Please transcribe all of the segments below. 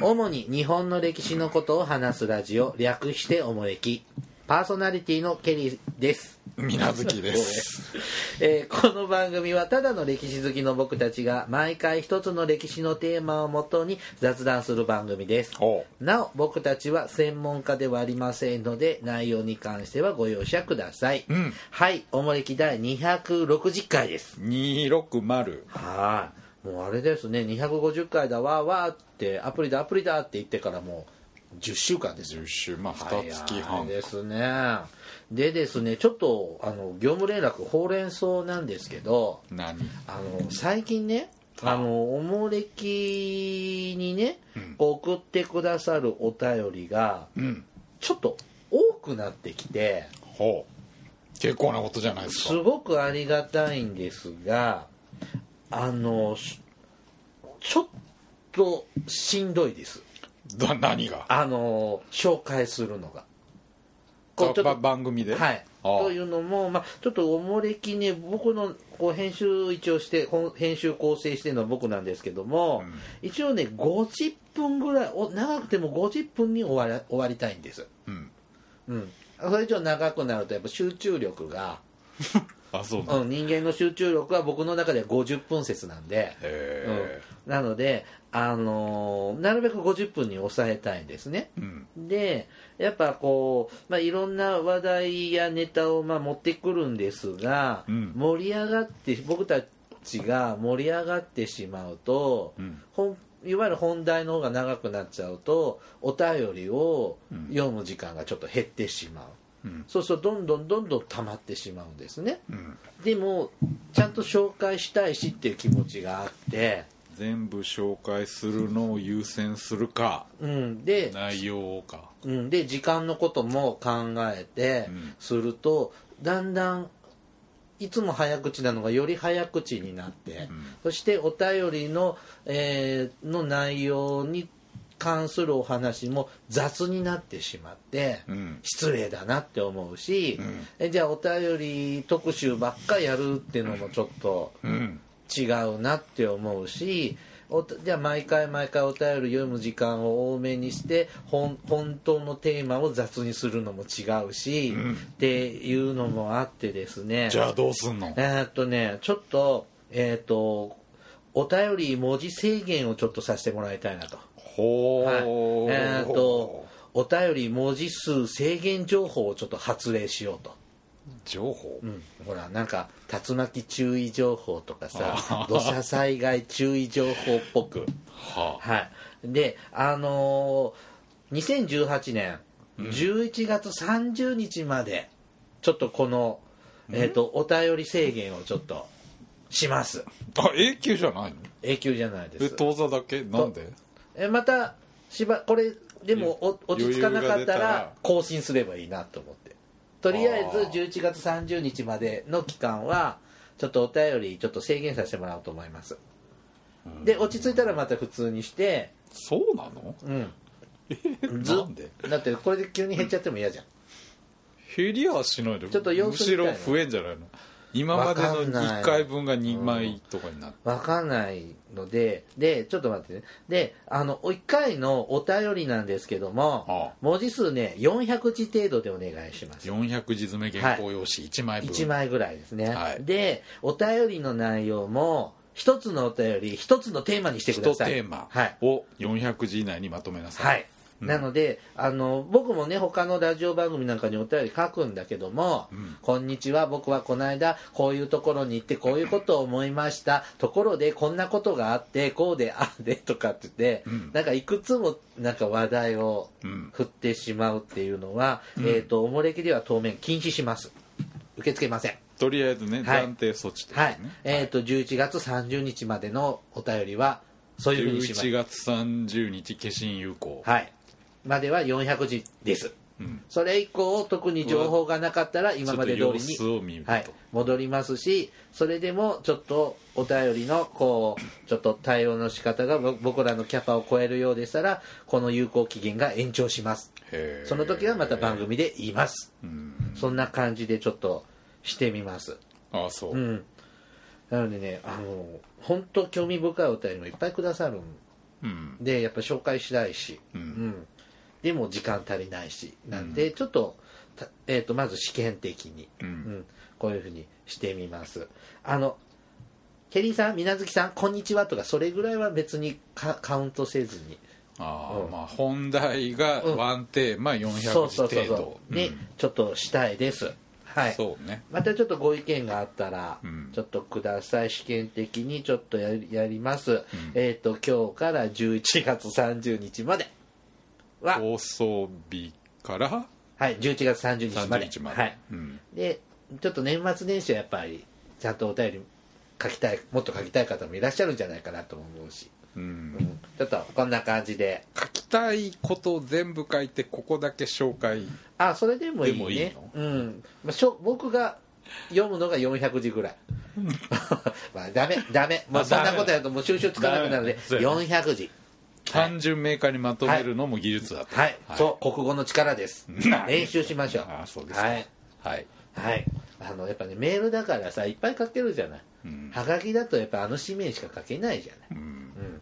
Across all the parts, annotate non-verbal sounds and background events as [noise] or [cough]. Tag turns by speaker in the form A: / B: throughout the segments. A: 主に日本の歴史のことを話すラジオ略しておもれきパーソナリティのケリーです
B: 水無
A: [laughs]
B: 月です。
A: えーこの番組はただの歴史好きの僕たちが毎回一つの歴史のテーマをもとに雑談する番組です
B: おう
A: なお僕たちは専門家ではありませんので内容に関してはご容赦ください、
B: うん
A: はいおもれき第260回です
B: 260
A: はいもうあれですね250回だわーわーってアプリだアプリだって言ってからもう10週間ですよ
B: 10週まあ2月半
A: 早いですねでですねちょっとあの業務連絡ほうれん草なんですけど
B: 何
A: あの最近ねあのおもれきにね、送ってくださるお便りが
B: うん
A: ちょっと多くなってきて
B: ほう結構なことじゃないです
A: す
B: か
A: ごくありがたいんですがあのしちょっとしんどいです
B: だ何が
A: あの紹介するのが。こうちょっと
B: ば番組では
A: はい、
B: ああ
A: というのも、まあ、ちょっとおもれきね僕のこう編集一応してほん編集構成してるのは僕なんですけども、一応ね50分ぐらいお長くても50分に終わら終わりたいんです、
B: うん
A: うん、それ以上長くなるとやっぱ集中力が、
B: あそうなんだ
A: うん、人間の集中力は僕の中では50分説なんで、
B: へ
A: うん、なので、あのーなるべく50分に抑えたいんですね。
B: えうん
A: でやっぱこう、まあ、いろんな話題やネタをまあ持ってくるんですが、
B: うん
A: 盛り上がって僕たちが盛り上がってしまうと、
B: うん
A: 本いわゆる本題の方が長くなっちゃうとお便りを
B: うん
A: 読む時間がちょっと減ってしまう、
B: うん
A: そうするとどんどんどんどん溜まってしまうんですね
B: うん
A: でもちゃんと紹介したいしっていう気持ちがあって、
B: 全部紹介するのを優先するか
A: うん、で
B: 内容か
A: うん、で時間のことも考えて
B: うん
A: すると、だんだんいつも早口なのがより早口になって、
B: ん
A: そしてお便りの,、えーの内容に関するお話も雑になってしまって、
B: うん
A: 失礼だなって思うし、
B: うん
A: えじゃあお便り特集ばっかやるっていうのもちょっと。
B: うん
A: 違うなって思うしおたじゃあ毎回毎回お便り読む時間を多めにして本本当のテーマを雑にするのも違うし、
B: うん
A: っていうのもあってですね
B: じゃあどうすんの
A: えーっとねちょっとえーっとお便り文字制限をちょっとさせてもらいたいなと。
B: ほう
A: はい、えーっとお便り文字数制限情報をちょっと発令しようと。
B: 情報
A: うん、ほらなんか竜巻注意情報とかさ
B: あー
A: 土砂災害注意情報っぽ
B: [laughs]
A: く
B: はあ
A: はいであのー2018年11月30日までちょっとこの、えー、とお便り制限をちょっとします
B: あ永久じゃないの
A: 永久じゃないで
B: え
A: す
B: 当座だけなんで
A: えまたしばこれでもお落ち着かなかっ
B: 余裕が出た
A: たら
B: ら
A: 更新すればいいなと思ってとりあえず
B: あー
A: 11月30日までの期間はちょっとお便りちょっと制限させてもらおうと思いますで落ち着いたらまた普通にして
B: そうなの
A: うんず
B: なんで
A: だってこれで急に減っちゃっても嫌じゃん
B: 減りはしないで
A: ちょっと様
B: む
A: 子
B: し
A: 見たいな
B: ろ増えんじゃないの今までの
A: わかんない
B: 1回分が2枚とかになって
A: わかんないのででちょっと待ってねであの1回のお便りなんですけども
B: ああ
A: 文字数ね400字程度でお願いします
B: 400字詰め原稿用紙1枚分、
A: 1枚ぐらいですね、
B: はい
A: でお便りの内容も一つのお便り一つのテーマにしてくだ
B: 1
A: さい
B: テーマ
A: はい、
B: を400字以内にまとめなさい、
A: はいなのであの僕もね他のラジオ番組なんかにお便り書くんだけども「こんにちは僕はこの間こういうところに行ってこういうことを思いましたところでこんなことがあってこうでああで」とかって言って、
B: うん
A: なんかいくつもなんか話題を
B: うん
A: 振ってしまうっていうのは、えっ、とおもれきでは当面禁止します受け付けません
B: とりあえずね、
A: はい
B: 暫定措置ですね、
A: はい、えっ、と11月30日までのお便りはそういうふうにしま
B: 11月30日化身有効、
A: す。はい、までは400字です。
B: うん
A: それ以降特に情報がなかったら今まで通り
B: ちょっと様子を見
A: に
B: る、と
A: はい、戻りますし、それでもちょっとお便りのこうちょっと対応の仕方がぼ僕らのキャパを超えるようでしたらこの有効期限が延長します。
B: へー
A: その時はまた番組で言います。
B: うん
A: そんな感じでちょっとしてみます。
B: ああそう、
A: うん、なのでねあの本当興味深いお便りもいっぱいくださるん
B: うん
A: でやっぱ紹介したいし、
B: うん
A: うんでも時間足りないしなんでちょっと,た、えー、とまず試験的に、
B: う
A: うんん、こういうふうにしてみますあのケリーさん水無月さんこんにちはとかそれぐらいは別にカカウントせずに
B: あ
A: う
B: ー
A: ん
B: まあ本題が
A: うん
B: ワンテーマ400
A: そう
B: 字
A: そうそう
B: 程
A: そ
B: 度
A: うに、
B: うん
A: ちょっとしたいですはい
B: そうね
A: またちょっとご意見があったら、
B: うん
A: ちょっとください試験的にちょっとやりやります、えっ、と今日から11月30日までは、
B: 放送日から
A: はい、11月30日まで
B: 30日まで、
A: はい、
B: うん
A: でちょっと年末年始はやっぱりちゃんとお便り書きたいもっと書きたい方もいらっしゃるんじゃないかなとも思うし、
B: うん
A: うん、ちょっとこんな感じで
B: 書きたいことを全部書いてここだけ紹介
A: あそれでもいいね
B: でもいいの
A: うんまあ、しょ僕が読むのが400字ぐらい [laughs] まあダメダメ、まあ、
B: あ
A: そん
B: ダメ
A: なことやるともう収集つかなくなるので
B: ダメそう
A: 400字
B: 単純明快にまとめるのも技術だと
A: はい、そう国語の力です
B: な
A: 練習しましょう
B: あそうですか
A: はい、
B: はい
A: はい、あのやっぱねメールだからさいっぱい書けるじゃない、
B: うん
A: はがきだとやっぱあの紙面しか書けないじゃない、
B: うん
A: うん、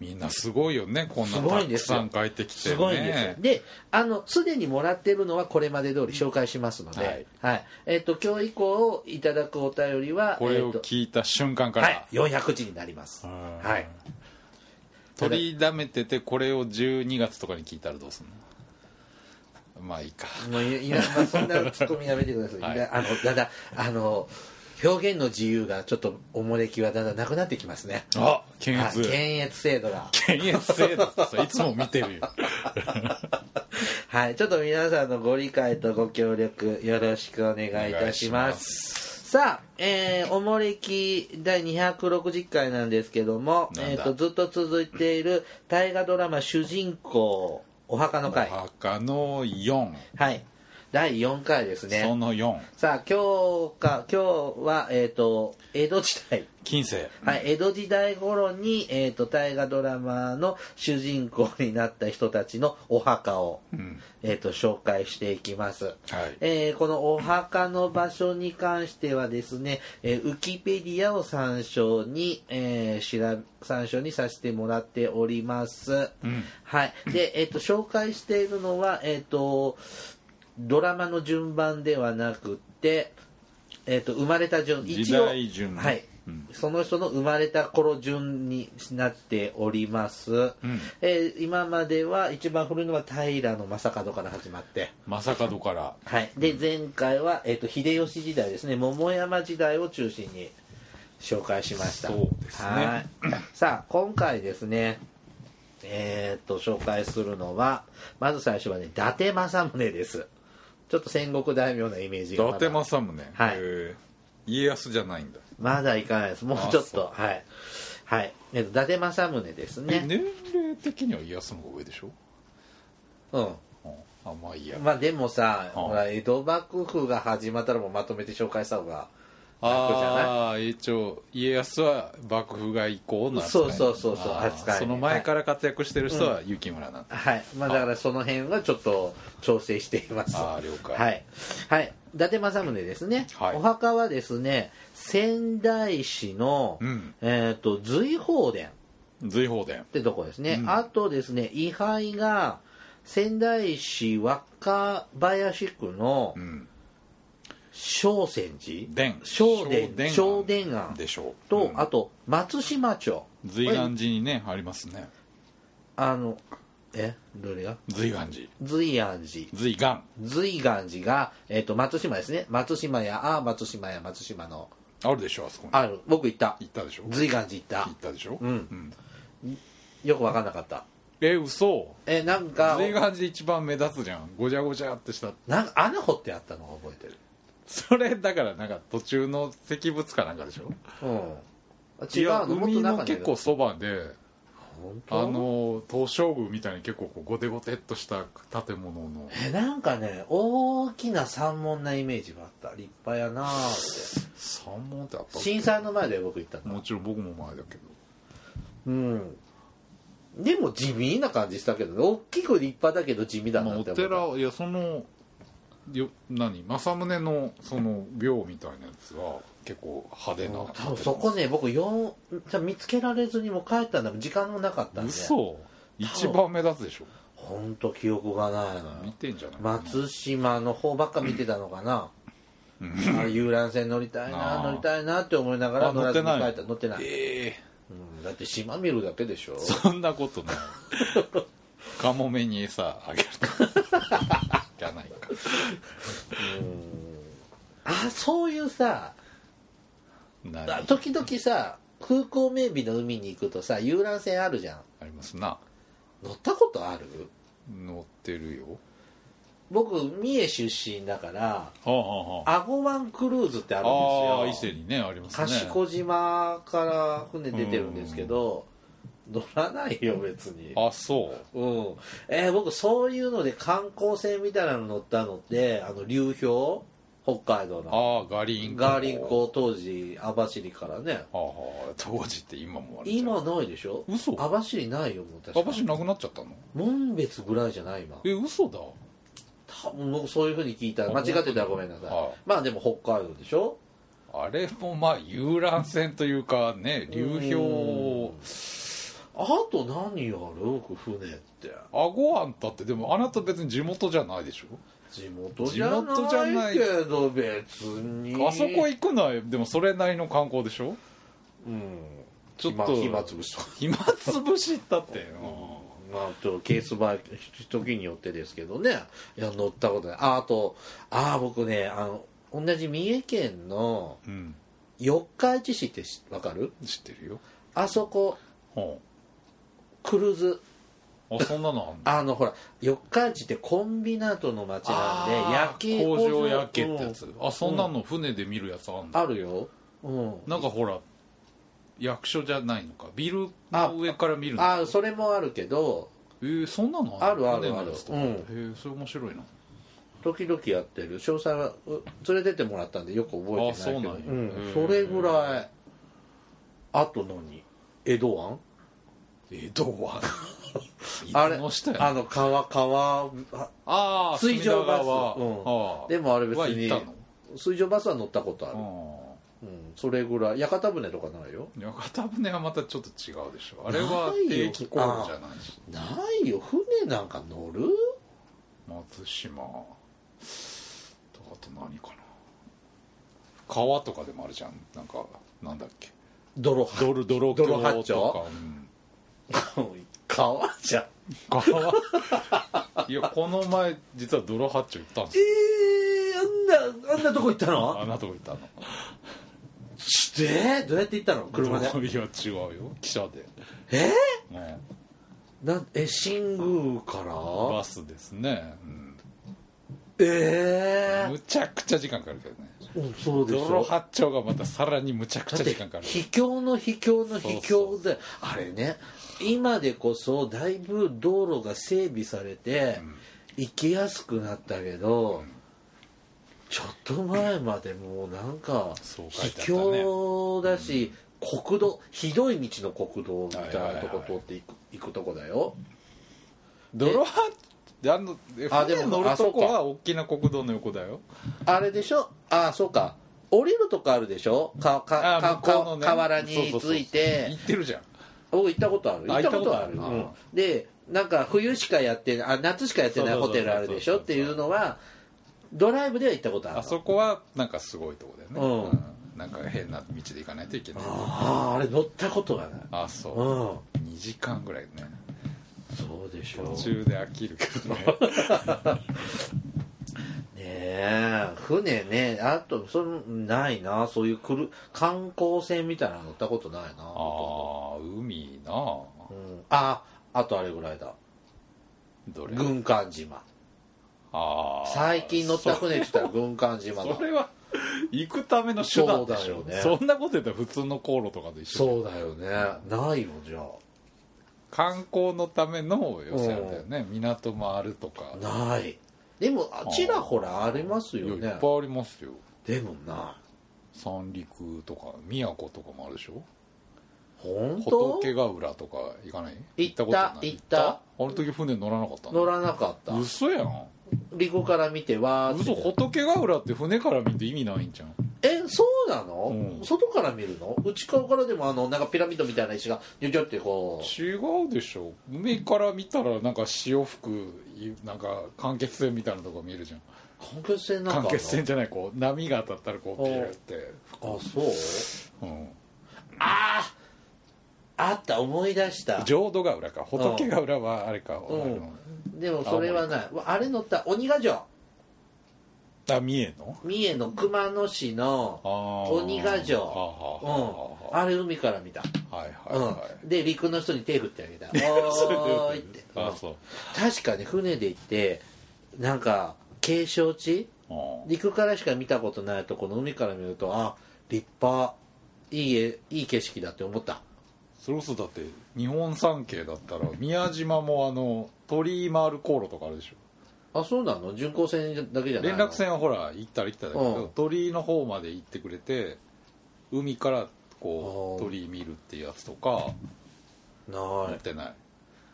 B: みんなすごいよねこんな
A: すごい
B: た
A: んで
B: く
A: すよ
B: さん書いてきてね
A: すごいんですよ。で、あの、すでにもらってるのはこれまで通り紹介しますので、
B: うん
A: は
B: はいい。
A: えっ、と、今日以降いただくお便りは、
B: これを
A: えっと
B: 聞いた瞬間か
A: はい
B: ら、、
A: 400字になります。はい。
B: 取りだめててこれを12月とかに聞いたらどうすんのまあいいか
A: もういいや、まあ、そんなツッコミやめてください。
B: はい
A: いやあの、だんだん、あの、表現の自由がちょっとおもれきはだんだんなくなってきますね。
B: あ検
A: はい
B: 閲
A: 検閲制度が。
B: 検閲制度ってさいつも見てるよ
A: はい、ちょっと皆さんのご理解とご協力よろしくお願いいたします。さあ、えー、おもれき第260回なんですけども、
B: なん
A: えー、
B: だ
A: とずっと続いている大河ドラマ主人公お墓の
B: お
A: 会、
B: 墓の4
A: はい、第4回です
B: そ
A: ね。
B: の4
A: さあ、今日か、今日は、えっ、と、江戸時代。
B: 近世
A: はい、江戸時代頃に、えっ、と、大河ドラマの主人公になった人たちのお墓を、
B: うん
A: えっ、と、紹介していきます。
B: はい
A: えーこのお墓の場所に関してはですね、えーウィキペディアを参照に、えーしら参照にさせてもらっております。
B: うん
A: はい。で、えっ、と、紹介しているのは、えっ、と、ドラマの順番ではなくて、えっ、と、生まれた順、
B: 時代順
A: はい。
B: うん
A: その人の生まれた頃順になっております。
B: ん
A: えー今までは一番古いのは平の正門から始まって、
B: 正門から
A: はい、で前回は、えー、と秀吉時代ですね桃山時代を中心に紹介しました
B: そうですね
A: はい [clears throat] さあ今回ですねえっ、と紹介するのはまず最初はね伊達政宗ですちょっと戦国大名のイメージ
B: 伊
A: がま
B: 達
A: だ
B: 政宗へ
A: はい
B: ー家康じゃないんだ
A: まだいかないですもうちょっとはい、はいえーと伊達政宗です
B: え
A: ね
B: 年齢的には家康の方が上でしょ
A: うん
B: うんあまあいいや
A: まあでもさ、
B: うん
A: ほら江戸幕府が始まったらもうまとめて紹介した方が楽じゃない
B: ああ一応家康は幕府が以降の扱
A: そう
B: い
A: そうそうそう
B: あー
A: 扱い
B: その前から活躍してる人は雪村なんだ、
A: はい、まあ、だからその辺はちょっと調整しています。
B: あー了解
A: はい、はい、伊達政宗ですね、
B: はい
A: お墓はですね、仙台市の、
B: うん
A: えっ、と、瑞鳳殿っ
B: 瑞鳳殿
A: てとこですね。
B: うん
A: あとですね、位牌が仙台市若林区の
B: うん
A: 小泉寺。
B: 殿
A: 小殿小殿庵
B: でしょう
A: と、
B: うん
A: あと松島町
B: 瑞岩寺にねありますね
A: あのえどれが
B: 瑞岩寺
A: 瑞安寺
B: 瑞岩
A: 瑞岩寺が、えっと松島ですね松島やあ松島や松島の
B: あるでしょあそこに
A: ある僕行った
B: 行ったでしょ
A: 瑞岩寺行った
B: 行ったでしょ
A: うん
B: ん
A: よく分かんなかった
B: え嘘
A: えなんか
B: 瑞岩寺一番目立つじゃんごちゃごちゃってした
A: なんか穴掘ってあったのを覚えてる
B: それだからなんか途中の石仏かなんかでしょ
A: うんあ
B: い
A: 違う
B: や
A: のもっと
B: 海の
A: 中に
B: 結構そばで
A: 本当
B: あの東照宮みたいに結構こうゴテゴテっとした建物の
A: えなんかね大きな山門なイメージがあった立派やなーって
B: 三門ってあったっけ
A: 震災の前で僕行った
B: も
A: の
B: ちろん僕も前だけど
A: うんでも地味な感じしたけどね大きく立派だけど地味だ
B: まあ
A: なっ
B: お
A: て思った、
B: 寺いやそのよ何政宗のその廟みたいなやつが結構派手な
A: 多分そこね僕よじゃ見つけられずにもう帰ったんだ時間もなかったんで
B: 嘘一番目立つでしょ
A: 本当記憶がないの
B: 見
A: よ
B: てんじゃない
A: 松島の方ばっか見てたのかな
B: うん
A: あ遊覧船乗りたい
B: あ
A: な
B: ー
A: 乗りたいなって思いながら
B: あ乗ってない
A: 乗らずに帰った乗ってない、
B: ええ
A: うん、だって島見るだけでしょ
B: そんなこと
A: [laughs]
B: ないカモメに餌あげるとかじゃないか
A: あそういうさ
B: 何
A: あ時々さ空港名備の海に行くとさ遊覧船あるじゃん
B: ありますな
A: 乗ったことある
B: 乗ってるよ
A: 僕三重出身だから
B: はあはあは
A: アゴ湾クルーズってある
B: ああ
A: ん
B: ー
A: で
B: 伊
A: すよ
B: 勢にねありますね
A: 賢島から船出てるんですけど乗らないよ別に
B: あそう
A: うんえー僕そういうので観光船みたいなの乗ったのってあの流氷北海道の
B: ああガリン
A: ガーリン港当時網走からね
B: ああ当時って今もあるじゃん
A: 今ないでしょ
B: 嘘
A: 網走ないよもう確か
B: 網走なくなっちゃったの
A: 門別ぐらいじゃない今
B: え嘘だ
A: 多分僕そういうふうに聞いたら間違ってたらごめんなさい
B: はい
A: まあでも北海道でしょ
B: あれもまあ遊覧船というかね流氷を
A: あと何やる僕船って
B: アゴアンタってでもあなた別に地元じゃないでしょ
A: 地元じゃないけど別に
B: あそこ行くのはでもそれなりの観光でしょ
A: うん
B: ちょっ
A: まあ
B: と
A: 暇つぶしとか
B: 暇つぶしだって
A: まあちょっとケースバイ時によってですけどねいや乗ったことないああとああ僕ねあの同じ三重県の
B: うん
A: 四日市市って知わかる
B: 知ってるよ
A: あそこ
B: ほ
A: クルーズ
B: うあそんなの
A: [laughs]
B: あんの
A: あのほら四日市ってコンビナートの町なんで夜
B: あー
A: 景
B: 工場夜景ってや
A: う
B: つあそんなの船で見るやつあん
A: んあ
B: の
A: るよ、うん、
B: なんかほら役所じゃないのかビルの上から見るの
A: ああそれもあるけど
B: えー、そんなの
A: あるあるある
B: うん、
A: うん
B: へえそれ面白いな
A: 時々やってる詳細はう連れてってもらったんでよく覚えてないけど
B: あそうなんや
A: うん、それぐらいあと何江戸湾
B: 江戸はいつ
A: [laughs] あれ
B: の下や
A: あの川川あ
B: あー
A: 水上バス
B: 隅田川
A: うん
B: あー
A: でもあれ別
B: は
A: に
B: 行ったの
A: 水上バスは乗ったことある、
B: あ
A: うん、それぐらい屋形船とかないよ
B: ー屋形船はまたちょっと違うでしょあれは
A: ないよ
B: 定期航路じゃないし
A: ないよ船なんか乗る
B: 松島とあと何かな川とかでもあるじゃんなんかなんだっけ
A: 泥
B: ドルドロ橋
A: 泥八
B: と [laughs] か
A: 丁、
B: うん
A: 川じゃん
B: 川いやこの前実は泥八丁行ったんです
A: え
B: よ
A: ー、あんなあんなとこ行った
B: [laughs] あ
A: の
B: んなとこ行ったの
A: してどうやって行ったの車で
B: いや違うよ汽車で
A: え
B: ね
A: なんえ新宮から
B: バスですね、うん
A: ええ
B: むちゃくちゃ時間かかるけどね
A: うん、そうでし
B: 泥
A: ょ
B: 八丁がまたさらにむちゃく
A: だ
B: ち
A: っ
B: ゃ
A: て
B: 時間かかる
A: 秘境の秘境の秘境であれね今でこそだいぶ道路が整備されて
B: うん
A: 行きやすくなったけど、ちょっと前までもうなんか
B: そう書い
A: 秘
B: てあったね
A: 境だし、国道ひどい道の国道みたいなとこ通っていく,、行くとこだよ
B: 泥八あのえ
A: あでも
B: 船乗るとこ
A: あそうか
B: は大きな国道の横だよ
A: あれでしょああそうか降りるとこあるでしょかか
B: あ
A: か
B: 向こうのね
A: か河原に
B: そうそうそう
A: ついて
B: 行ってるじゃん
A: 僕行ったことある行
B: あ
A: ったことある
B: 行ったことある
A: うんでなんか冬しかやってないあ夏しかやってない
B: そうそ
A: ホ
B: うそうそう
A: テルあるでしょっていうのはドライブでは行ったことある
B: あそこはなんかすごいとこだよね、
A: うん
B: んなんか変な道で行かないといけない
A: あああれ乗ったことがない
B: あそうう、
A: ん
B: 2時間ぐらいね
A: そうでしょう
B: 途
A: ね
B: 中で飽きるけどね
A: え船ねあとそのないなそういうくる観光船みたいなの乗ったことないな
B: あ
A: あ,、
B: あ海なあ
A: うん、ああとあれぐらいだ
B: どれ
A: 軍艦島
B: ああ
A: 最近乗った船って言ったら軍艦島だ
B: それは行くための手段でしょ
A: そうだよね
B: そんなこと言ったら普通の航路とかと一
A: そ
B: 緒
A: うだよねないよじゃあ
B: 観光のための要請あれだよね港もあるとか
A: ないでもあちらほらあります
B: いやい
A: よ
B: っぱい
A: ね
B: ありますよ
A: でもな
B: 三陸とか宮古とかもあるでしょ
A: 本当
B: 仏ヶ浦とか行かない
A: 行った
B: ことない
A: 行った
B: あの時船乗らなかった
A: 乗
B: の
A: らなかった
B: 嘘やん
A: 離宮から見てわーって
B: 嘘仏ヶ浦って船から見て意味ないんじゃん
A: えそうなの、
B: うん
A: 外から見るの内側からでもあのなんかピラミッドみたいな石がニョキョってこう
B: 違うでしょ海から見たらなんか潮吹くいなんか間欠泉みたいなとこ見えるじゃん
A: 間欠泉なんかあん
B: 間
A: の
B: 欠泉じゃないこう波が当たったらこうピューって、
A: あそう
B: うん、
A: あああった思い出した
B: 浄土ヶ浦か仏ヶ浦はあれか、
A: ん
B: あの
A: でもそれはないわあれ乗った鬼ヶ城
B: あ三重の
A: 三重の熊野市の
B: あー
A: 鬼ヶ城
B: はあ
A: う
B: はあ
A: ん
B: はあは
A: あれ海から見た、
B: あはいはいはい、
A: うん、で陸の人に手振ってあ [laughs] げた「おーい」って
B: あそう
A: 確かに船で行ってなんか景勝地
B: あ
A: 陸からしか見たことないとこの海から見るとあ立派いいえいい景色だって思った
B: それこそだって日本三景だったら宮島もあの鳥居回る航路とかあるでしょ
A: あそうなの巡航船だけじゃない
B: 連
A: の
B: 絡船はほら行ったら行っただけ
A: うん
B: ど鳥居の方まで行ってくれて海からこう
A: あー
B: 鳥居見るっていうやつとか
A: な
B: 持っ
A: い
B: てない、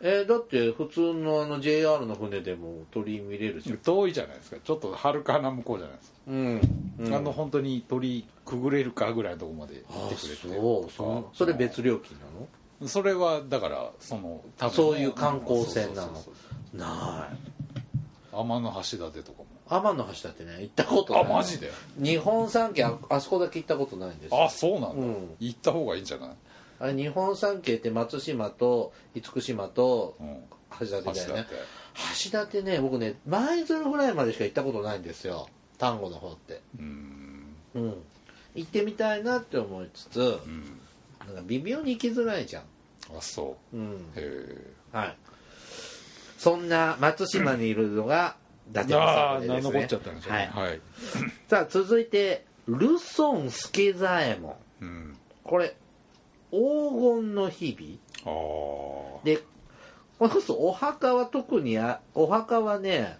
A: えーだって普通のあの JR の船でも鳥居見れるじゃん
B: 遠いじゃないですかちょっとはるかな向こうじゃないですか、
A: うん、うん、
B: あの本当に鳥居くぐれるかぐらいのとこまで行っ
A: あ
B: てくれて
A: そうそうそれ別料金なの
B: それはだからその多分
A: そういう観光船なの
B: そうそうそう
A: ない
B: そう天の橋立とかも
A: 天の橋だってね行ったことない
B: あマジで
A: 日本三景ああそこだけ行ったことないんですよ
B: あそうなんだ、
A: うん
B: 行った方がいいんじゃない、
A: あれ日本三景って松島と厳島と
B: うん、
A: 橋立
B: 橋
A: だよ
B: 立
A: ね橋立ね僕ね舞鶴ぐらいまでしか行ったことないんですよ丹後の方って
B: うん
A: うん行ってみたいなって思いつつ
B: うん
A: なんか微妙に行きづらいじゃん
B: あそう
A: うん
B: へえ
A: はいそんな松島にいるのが伊達政宗
B: ああ
A: です、ね、
B: 残っちゃったんですよね
A: はい、
B: はい、
A: さあ続いてルソン助左衛門
B: うん、
A: これ黄金の日々
B: ああ
A: でこれこそお墓は特にあお墓はね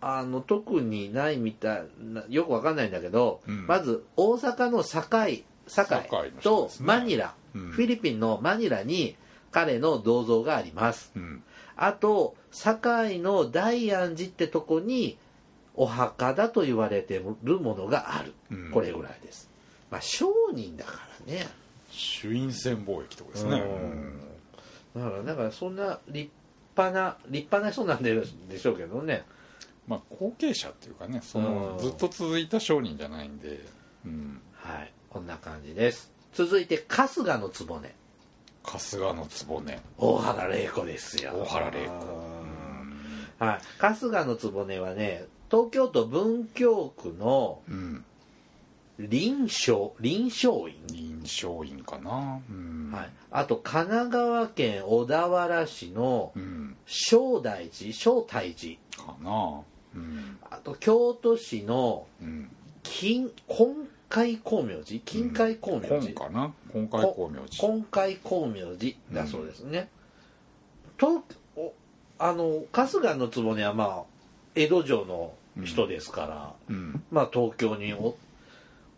A: あの特にないみたいなよくわかんないんだけど、
B: うん
A: まず大阪の堺堺
B: 堺の人
A: と
B: ですね
A: マニラ、
B: うん
A: フィリピンのマニラに彼の銅像があります
B: うん
A: あと堺の大安寺ってとこにお墓だと言われてるものがある、
B: うん
A: これぐらいですまあ商人だからね
B: 朱印船貿易とかですね
A: うんだからだからそんな立派な立派な人なんででしょうけどね
B: まあ後継者っていうかねそ
A: う
B: の
A: ん
B: ずっと続いた商人じゃないんで、うん、
A: はいこんな感じです続いて春日の局
B: 春日の壺ね
A: 大原玲子ですよ
B: 大原玲子
A: はい春日の局はね東京都文京区の
B: うん
A: 臨床臨床院
B: 臨床院かなうん
A: はい、あと神奈川県小田原市の
B: うん
A: 正大寺正泰寺
B: かなうん
A: あと京都市の
B: うん
A: 金金海光明寺金海光明
B: 本
A: 寺、
B: かな本海光明寺
A: 金海光明寺だそうですね、とおあの春日の局はまあ江戸城の人ですから、
B: うん
A: まあ東京にお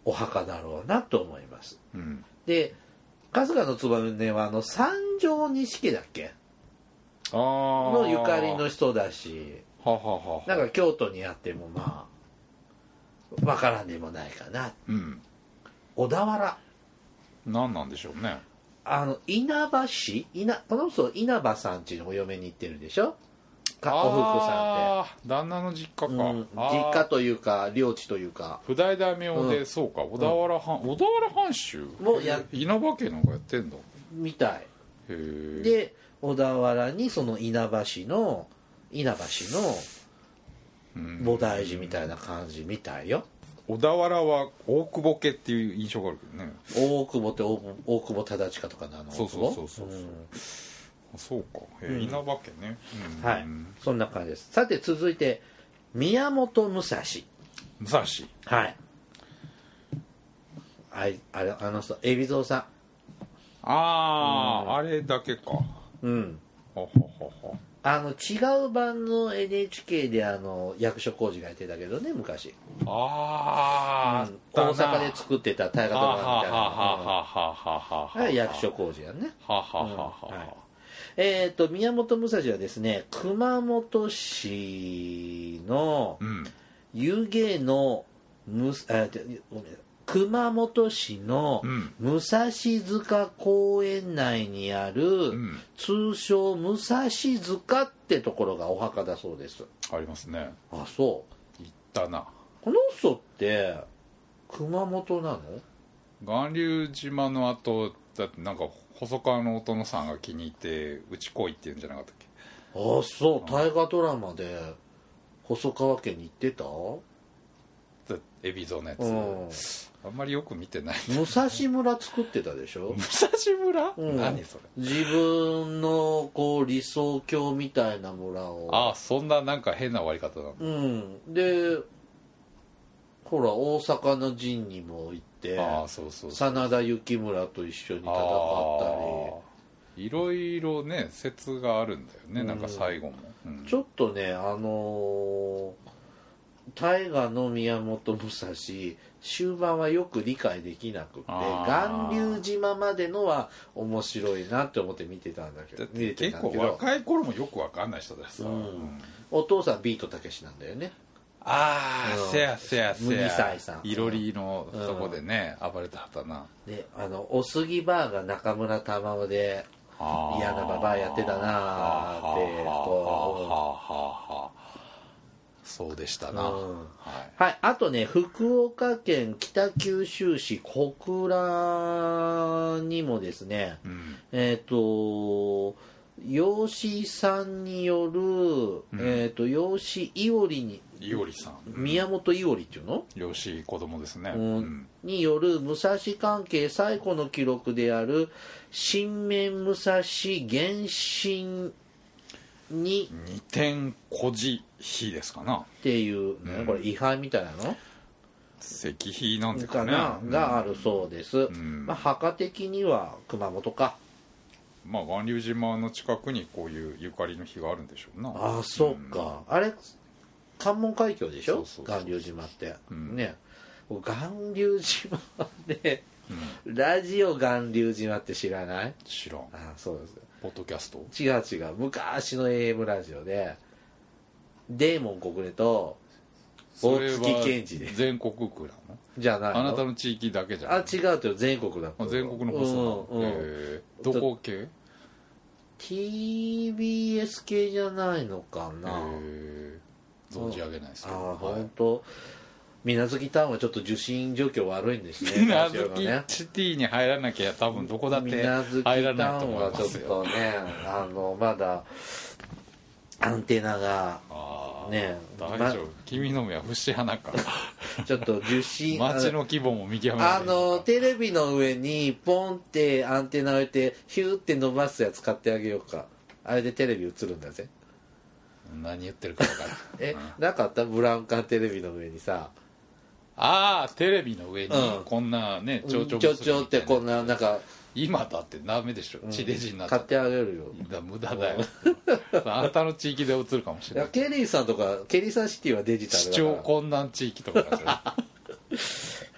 A: お墓だろうなと思います
B: うん
A: で春日の局はあの三条錦だっけ
B: ああ
A: のゆかりの人だし
B: ははは
A: なんか京都にあってもまあわからんでもないかな
B: うん
A: 小田原
B: 何なんでしょうね
A: あの稲葉市稲この人稲葉さんちのお嫁に行ってるでしょかおふくさんって
B: あー旦那の実家か、
A: うん、
B: あー
A: 実家というか領地というか
B: 普代大名で、
A: うん
B: そうか小田原藩、小田原藩主
A: もうや
B: 稲葉家なんかやってんだへ
A: みたい
B: え
A: で小田原にその稲葉市の稲葉市の
B: うん、
A: 菩提寺みたいな感じみたいよ
B: 小田原は大久保家っていう印象があるけどね
A: 大久保って大久保大久保忠親とかのあの
B: そ
A: 大久
B: うそ
A: 保
B: うそうそうそうんあそうか、へー
A: うん
B: 稲葉家ね、うん
A: はい
B: うん、
A: そんな感じです。さて続いて宮本武蔵。
B: 武蔵
A: はい。あいあれあの人海老蔵さ
B: ああ、あれだけかは
A: ん。うん。
B: ははは
A: あの違う版の NHK であの役所工事がやってたけどね昔、
B: あーあ
A: うん
B: ったな
A: 大阪で作ってた大河
B: あ
A: ド
B: は
A: ラマ
B: は
A: みたい
B: ははははは
A: な、うん、あれ役所工事やね
B: ははは
A: うんは
B: はい
A: えっ、と宮本武蔵はですね熊本市の
B: うん
A: 湯気のむあてごめん熊本市の
B: うん
A: 武蔵塚公園内にある、
B: うん
A: 通称武蔵塚ってところがお墓だそうです
B: ありますね
A: あそう
B: 行ったな
A: この人って熊本なの
B: 巌流島の後だってなんか細川のお殿さんが気に入って「うち来い」って言うんじゃなかったっけ
A: あそう大河ドラマで細川家に行ってた
B: だ海老蔵のやつ、
A: うん
B: あんまりよく
A: [laughs]
B: 見てない
A: 武蔵村作ってたでしょ
B: 武蔵村、
A: うん
B: 何それ
A: 自分のこう理想郷みたいな村
B: あ
A: を
B: あそんななんか変な終わり方なの、
A: うんでほら大阪の陣にも行って
B: ああそうそうそう
A: 真田幸村と一緒に戦ったり
B: あーいろいろね説があるんだよね、
A: うん
B: なんか最後も、うん
A: ちょっとね、あのー大河の宮本武蔵終盤はよく理解できなくて
B: あ
A: 巌
B: ー
A: 流島までのは面白いなって思って見てたんだけ
B: だっ
A: ど見
B: て
A: れて
B: 結
A: たんだ
B: 構
A: けど
B: 若い頃もよくわかんない人だしさ、
A: うんお父さんビートたけしなんだよね
B: ああ、
A: うん
B: せやせやせや
A: 麦祭さん
B: いろりの
A: うん
B: とこでね、暴れたはったな
A: であのおすぎバーが中村玉緒で嫌なババアやってたなーって
B: はあはあ
A: こう
B: はあはあはあそうでしたな、
A: うん
B: はい
A: はいあとね福岡県北九州市小倉にもですね
B: うん
A: えっ、と養子さんによる、えっ、と養子いおりに
B: いおりさん、うん、
A: 宮本いおりっていうの、
B: 養子子供ですね、
A: うん
B: うん
A: による武蔵関係最古の記録である新面武蔵原神に
B: 二点孤児碑ですかな
A: っていう、ね
B: うん
A: これ違反みたいなの
B: 石碑なんです
A: か
B: かね
A: な、
B: うん
A: があるそうです、
B: ん
A: まあ、墓的には熊本か
B: まあ巌流島の近くにこういうゆかりの碑があるんでしょうな
A: ああそうか、あれ関門海峡でしょ
B: そうそうそう
A: 巌流島って、
B: うん
A: ね巌流島で
B: うん、うん
A: ラジオ巌流島って知らない
B: 知らん
A: あそう
B: ポッドキャスト
A: です違う違う昔の AM ラジオでデーモン国根と大月健二で
B: 全国区なの
A: じゃないの
B: あなたの地域だけじゃ
A: あ
B: ない
A: 違うってよ全国だ
B: あ全国の放送な
A: うん
B: の、
A: うん
B: えーどこ系
A: TBS 系じゃないのか
B: え
A: な、
B: ー存じ上げないです
A: あ
B: けど、
A: あ
B: はい
A: 本当水無月タウンはちょっと受信状況悪いんですね
B: 水無
A: ラジオの
B: 月
A: ね
B: シティに入らなきゃ多分どこだっ
A: み
B: て
A: なずき
B: 入ら
A: タ
B: ない
A: ウ
B: と
A: ン
B: 思
A: はい
B: ま
A: ちょっ
B: すよ
A: とねあのまだアンテナが
B: ああ
A: ね
B: 大丈夫、君の目は節穴か
A: ちょっと受
B: [laughs]
A: 信
B: 街の規模も見極め
A: あ
B: ないと
A: のテレビの上にポンってアンテナ置いてヒューって伸ばすやつ買ってあげようかあれでテレビ映るんだぜ
B: 何言ってるか分からん
A: えなかったブラウン管テレビの上にさ
B: ああテレビの上に
A: うん
B: こんなね
A: ちょ
B: 蝶
A: ち
B: 々
A: ょ
B: 結びみたいな
A: ちょってこんななんか
B: 今だってダメでしょ地デジになっちゃ
A: 買
B: っ
A: ってあげるよ
B: てだ無駄だよ [laughs] あなたの地域で映るかもし
A: い
B: れな
A: や
B: い
A: ケリーさんとかケリーさんシティはデジタル
B: 視
A: だから
B: 聴困難地域とかだから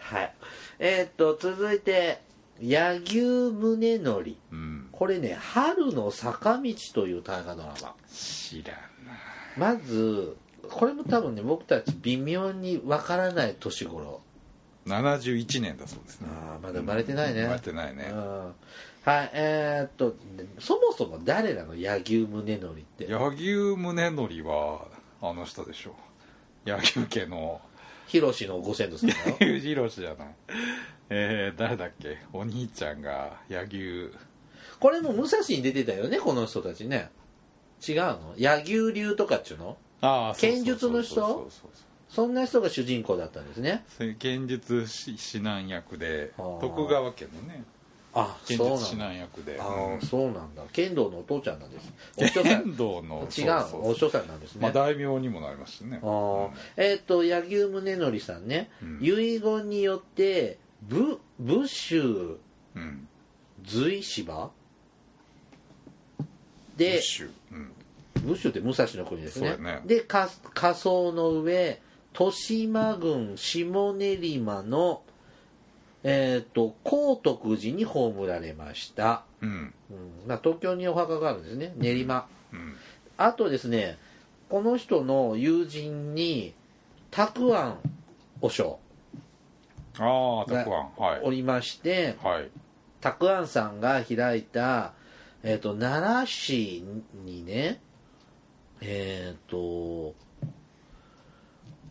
A: はい。えーっと、続いて、柳生宗則。
B: うん
A: これね、春の坂道という大河ドラマ。
B: 知らんな
A: まず、これも多分ね、僕たち微妙にわからない年頃。
B: 71年だそうですね
A: ああ、まだ生まれてないね。
B: 生まれてないうね
A: ん。はい、えーっと、そもそも誰なの柳生宗則って。
B: 柳生宗則はあの人でしょ野球家
A: [laughs]
B: の。
A: 広志のご先祖様だよ
B: 裕次郎氏じゃないえー、誰だっけお兄ちゃんが柳生
A: これも武蔵に出てたよね、この人たちね。違うの柳生流とかっちゅうの
B: ああそうそうそ
A: 剣
B: う
A: 術の人
B: そうそうそう
A: そんな人が主人公だったんですね。
B: そういう剣術指南役で
A: はあ
B: 徳川家のね
A: あ、
B: 剣
A: そう
B: 術
A: な
B: 指
A: んだ。
B: 南役で
A: あ
B: うん
A: あそうなんだ剣道のお父ちゃんなんですお師匠さん違う
B: 剣道のそう
A: の
B: そう
A: お
B: そ
A: 師匠さんなんです
B: う
A: ね、
B: まあ、大名にもなりましたね
A: あーえっ、と柳生宗則さんね、
B: うん
A: 遺言によって武武州
B: うん
A: 随芝
B: で
A: で
B: うん
A: 武州って武蔵の国ですね
B: そうだね
A: でか仮想の上豊島郡下練馬のえっ、と光徳寺に葬られました、
B: うん
A: うんまあ、東京にお墓があるんですね練馬、
B: うん
A: あとですね、この人の友人にたくあん和尚
B: ああたくあんはい
A: おりまして
B: はい
A: たくあんさんが開いた、えっと奈良市にねえっ、と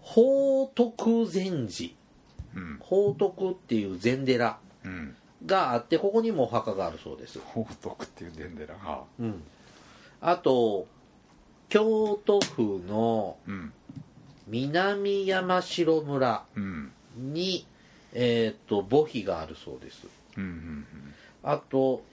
A: 宝徳禅寺
B: うん
A: 宝徳っていう禅寺
B: うん
A: があってここにもお墓があるそうです
B: 宝徳っていうでんでなは
A: うん、あと京都府の
B: うん
A: 南山城村
B: うん
A: に、えー、と墓碑があるそうです
B: うんうん
A: あと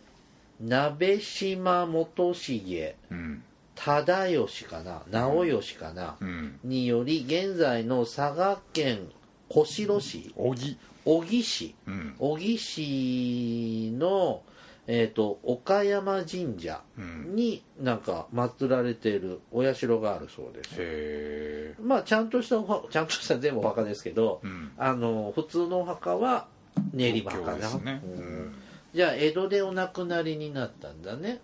A: 鍋島元重
B: うん
A: 忠義かな直義かな、
B: うん
A: により現在の佐賀県小城市
B: 小木
A: 小城市
B: うん
A: 小城市の、えー、と岡山神社
B: うん
A: になんか祀られているお社があるそうです
B: へえ
A: まあちゃんとしたお墓ちゃんとした全部お墓ですけど
B: うん
A: あの普通のお墓は練馬
B: 東
A: か
B: 京で
A: な、
B: すね
A: う
B: うんん
A: じゃあ江戸でお亡くなりになったんだね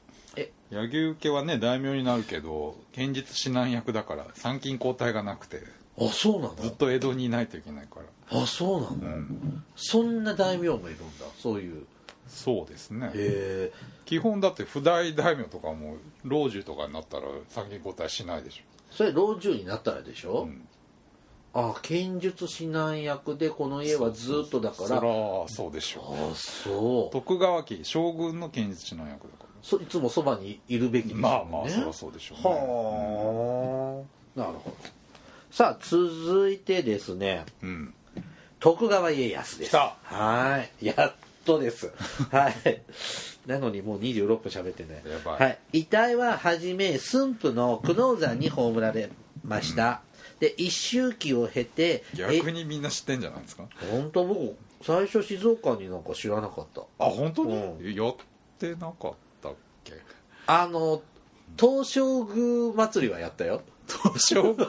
B: 柳受けはね大名になるけど現実指南役だから参勤交代がなくて
A: あそうなの
B: ずっと江戸にいないといけないから
A: あそうなの
B: うん
A: そんな大名がいるんだそういう
B: そうですね
A: へえ
B: 基本だって不代大名とかも老中とかになったら参勤交代しないでし
A: それ老中になったらでし
B: ょ
A: ょ、
B: うん
A: あ剣術指南役でこの家はずっとだか
B: そ
A: ら
B: りゃそうでしょ
A: あそう
B: 徳川家将軍の剣術の役だか
A: そいつもそばにいるべきです
B: ら
A: よね
B: まあまあそりゃそうでしょうね
A: はあ、なるほどさあ続いてですね
B: うん
A: 徳川家康です
B: 来た
A: はいやっとです
B: [laughs]
A: はいなのにもう26分喋ってね
B: やばい
A: はい、遺体ははじめ駿府の久能山に葬られました、で一周忌を経て
B: 逆
A: え
B: にみんな知ってんじゃないですか
A: 本当僕最初静岡になんか知らなかった
B: あ本当に、
A: う
B: やってなかったっけ
A: あの東照宮祭りはやったよ
B: 東照宮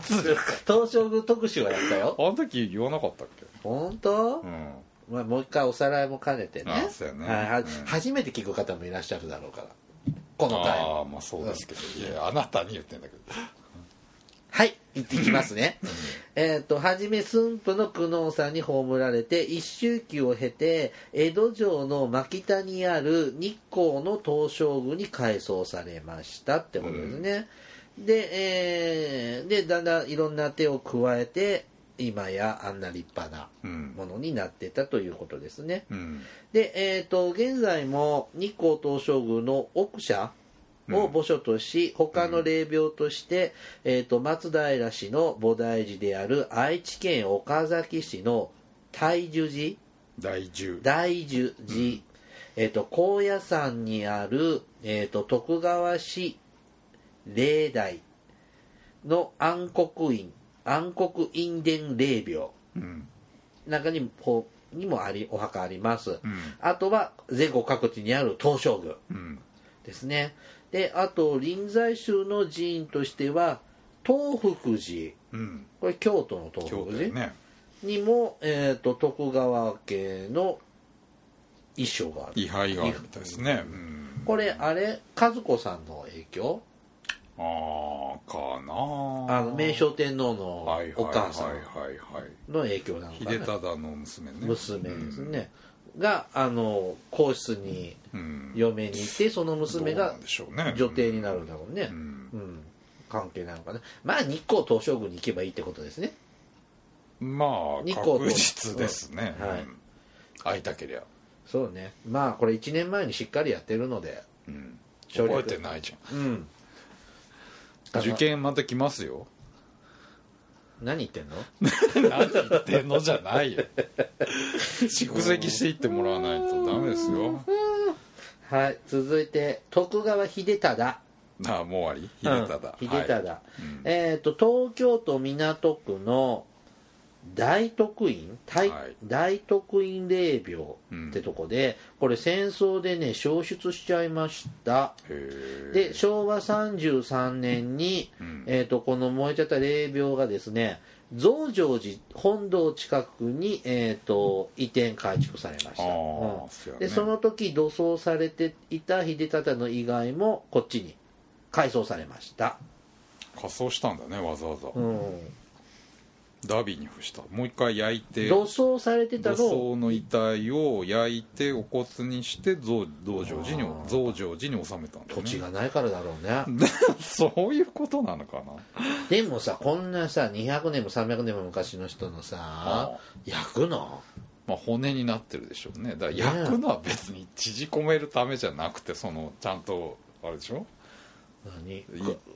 B: 祭り
A: 東照宮特集はやったよ
B: あの時言わなかったっけ
A: 本当
B: う、ん
A: まあ、もう一回おさらいも兼ねてね
B: あそうやね
A: はいは
B: うん
A: 初めて聞く方もいらっしゃるだろうからこの回
B: ああまあそうですけど、いやあなたに言ってんだけど
A: はい行ってきますね [laughs] えっとはじめ駿府の久能山に葬られて一周忌を経て江戸城の真北にある日光の東照宮に改装されましたってことですね、で,、えーでだんだんいろんな手を加えて今やあんな立派な
B: うん
A: ものになってたということですね
B: うん
A: で、えー、と現在も日光東照宮の奥社を墓所とし、他の霊廟として、えー、と松平氏の菩提寺である愛知県岡崎市の大樹寺
B: 第10
A: 大樹寺、えー、と高野山にある、えー、と徳川氏霊台の暗黒院暗黒院殿霊廟
B: うん
A: 中にこうにもありお墓あります、
B: うん
A: あとは全国各地にある東照宮
B: うん
A: ですね。で、あと臨済宗の寺院としては、東福寺、
B: うん
A: これ京都の東
B: 京都
A: 福
B: で
A: 寺、
B: ね
A: にも、えっ、と、徳川家の衣装がある。
B: 位牌があるみたいですね、うん、
A: これ、あれ、和子さんの影響
B: ああかなあ
A: あの、明
B: 称
A: 正天皇のお母さ
B: はい
A: ん
B: はいはいはい
A: の影響なのか
B: 秀
A: な。
B: 忠の娘ね
A: 娘ですね。が、あの、皇室に
B: うん、うん
A: 嫁に行って、その娘
B: どう
A: が
B: なんでしょうね
A: 女帝になるんだろうね。
B: うん
A: うん、関係なのかな、まあ日光東照宮に行けばいいってことですね、
B: まあ
A: 日光と
B: 確実ですね、
A: うんはい
B: うん会いたけりゃ、
A: そうね、まあこれ1年前にしっかりやってるので、
B: うん、
A: 省略
B: 覚えてないじ
A: うん、
B: ゃん受験また来ま
A: [laughs]
B: すよ
A: 何言ってんの
B: 何言ってんのじゃな
A: [laughs]
B: いよ蓄積していってもらわないとダメですよ
A: はい、続いて、徳川秀忠、
B: なあもう終わり秀忠、
A: うん秀忠、
B: いうん
A: えー、と東京都港区の大徳院大,、
B: はい
A: 大徳院霊廟ってとこで、これ戦争でね焼失しちゃいました
B: へえ
A: で昭和33年に、
B: うん
A: えー、とこの燃えちゃった霊廟がですね増上寺本堂近くに、えー、と移転改築されました、
B: あ
A: う
B: あ
A: ん
B: そうやね
A: でその時土葬されていた秀忠の遺骸もこっちに改葬されました
B: 仮装したんだねわざわざ、
A: うん、
B: ダビーに付したもう一回焼いて
A: 土葬されてた
B: 土
A: のを
B: 葬の遺体を焼いてお骨にして増増上寺に
A: あー
B: 増上寺に納めたんだ、
A: 土
B: ね、
A: 地がないからだろうね
B: [laughs] そういうことなのかな
A: でもさこんなさ200年も300年も昔の人のさ
B: あ
A: 焼くの
B: まあ骨になってるでしょうねだから焼くのは別に縮こめるためじゃなくてそのちゃんとあれでしょ
A: 何
B: 一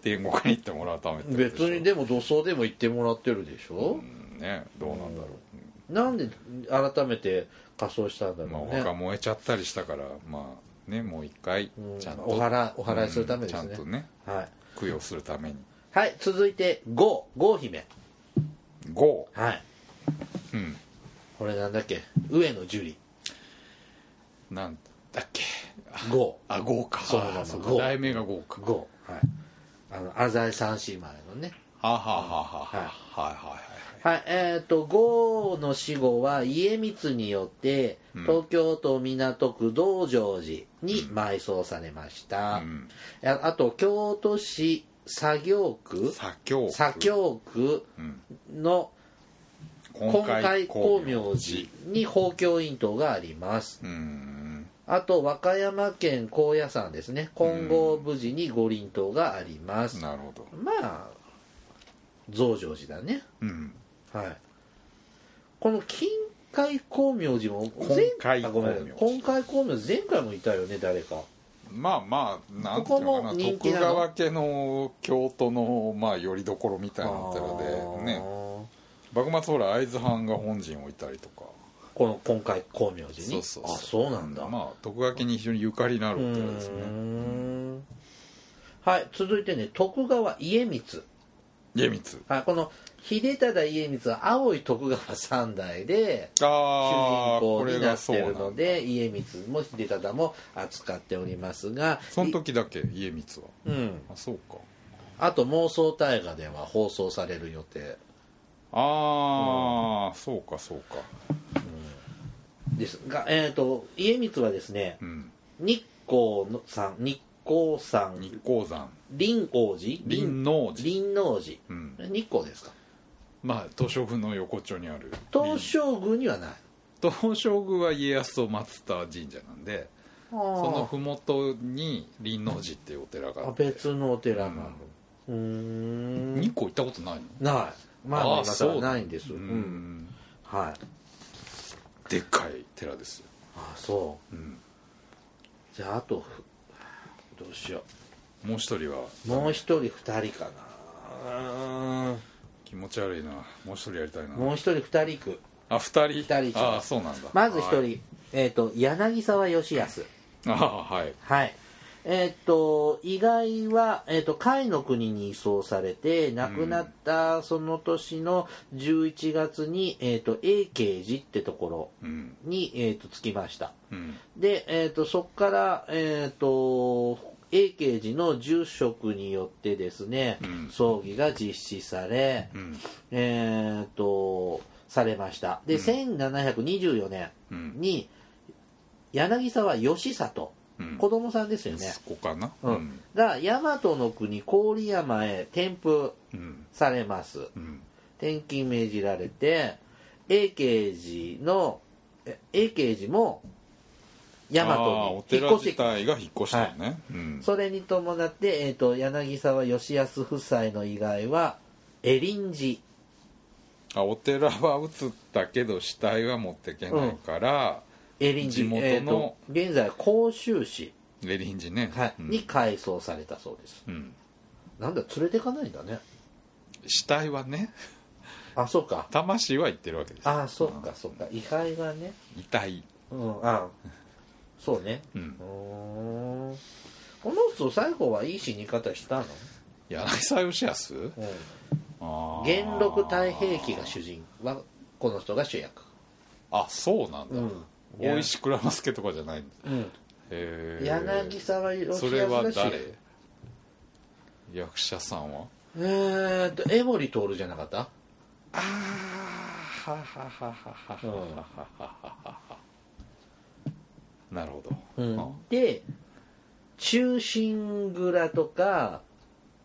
B: 点五回に行ってもらうためってことでしょ
A: 別にでも土葬でも行ってもらってるでしょ
B: う、んねどうなんだろ
A: なんで改めて仮装したんだ
B: う、まあ
A: ろうね、
B: 他燃えちゃったりしたからまあねもう一回
A: うん
B: ちゃんと、
A: お祓いお祓いするためです
B: うん
A: ね
B: ちゃんとね
A: はい、
B: 供養するために
A: はい、続いて郷郷姫
B: 五
A: はい
B: うん
A: これなんだっけ上野樹
B: なんだっけ
A: 里郷
B: あ豪華
A: そうなの
B: そう
A: 豪
B: か題名が豪華
A: 郷はいあの浅井三姉妹のね
B: はあはあはあはあ
A: はい
B: はいはいはい
A: はいえー、と郷の死後は家光によって
B: うん
A: 東京都港区道成寺に埋葬されました、
B: うん
A: ああと京都市左京区
B: 左京区
A: 左京区
B: うん
A: の
B: 今
A: 今海光明寺に法教院塔があります
B: うん
A: あと和歌山県高野山ですね金剛無寺に五輪塔があります、
B: なるほど
A: まあ増上寺だね
B: うん
A: はいこの金海光明寺も
B: 金海
A: 前あごめん
B: 光明寺
A: 金海光明寺前回もいたよね誰か
B: まあまあなんていうの
A: ここも
B: かな
A: 人気
B: 徳
A: なの
B: 川家の京都のまあ拠り所みたいなのでね
A: あー
B: 幕末ほら会津藩が本陣を置いたりとか
A: この金海光明寺に
B: そうそう
A: あそうなんだ、
B: まあ徳川家に非常にゆかりのある
A: う
B: お
A: ー
B: 寺ですね
A: んはい続いてね徳川家光
B: 家光
A: はいこの秀忠家光は青い徳川三代で主
B: あ
A: 人
B: あこ
A: 公
B: れ
A: にな
B: が
A: って
B: そうな
A: る
B: の
A: の
B: で
A: で家光も秀忠も扱っておりますが
B: その時だけ家光は
A: うん、
B: あそうか
A: あと妄想大河では放送される予定
B: ああそうかそうか
A: ですが、えー、と家光はですね
B: うん
A: 日光のさん日光山
B: 日光山
A: 林王寺
B: 林王寺
A: 林王寺
B: うん
A: 日光ですか
B: まあ東照宮の横丁にある
A: 東照宮にはない
B: 東照宮は家康を祀った神社なんで
A: そ
B: その麓に輪王寺っていうお寺があ
A: あ
B: って
A: 別のお寺があるうーん
B: 日光行ったことないの
A: ないまあま
B: ああ
A: あま
B: そう
A: だないんです
B: う
A: うん
B: ん
A: はい
B: でっかい寺ですよ、
A: あそ
B: うん、
A: うじゃああとふどうしよ
B: もう一人は
A: うもう一人二人かなうーん
B: 気持ち悪いなもう一人やりたいな
A: もう一人二人く
B: あ二人
A: 二人
B: ああそうなんだ
A: まず一
B: はい
A: 人えっと柳沢義康
B: ああはい
A: はい。えーっと、意外は、えーっと、甲斐の国に移送されて、亡くなったその年の11月に、えーっと、永慶寺ってところ
B: うん
A: に、えーっと、着きました。
B: うん
A: で、えーっと、そこから、えーっと、永慶寺の住職によってですね、
B: うん
A: 葬儀が実施され、
B: うん
A: えーっと、されました。で、
B: うん
A: 1724年
B: うん
A: に、柳沢義里、
B: うん
A: 子供さんですよね。
B: 息子かな
A: うんが大和の国郡山へ転封
B: うん
A: されます
B: うん
A: 転勤命じられて永慶寺のえ永慶寺も大
B: ああお
A: 和に引
B: 寺
A: っ越し
B: 自
A: てきた
B: 体が引っ越したのね、うん
A: それに伴って、えー、と柳沢義康夫妻の以外は恵林
B: あお寺は移ったけど死体は持っていけないから、
A: 寺恵林
B: 地
A: 寺
B: 元の
A: えーと現在甲州市、
B: レリンジね、
A: はい
B: うん
A: に改装されたそうです
B: うん
A: なんだ連れてかないんだね
B: 死体はね
A: あそうか
B: 魂は行ってるわけですよ
A: あそうかそうか遺骸がね
B: 遺体
A: うんあそうね
B: うん
A: うーんこの人最後はいい死に方したの、
B: 柳沢義康あー
A: 元禄太平記が主人はこの人が主役
B: あそうなんだ、
A: うん
B: 大石内蔵之助とかじゃないんだ
A: うん
B: へー
A: 柳沢義康
B: それは
A: が主
B: 誰
A: 役
B: 役者さんは
A: えーっと江守徹じゃなかった
B: ああははははははなるほど、
A: うんで「忠臣蔵」とか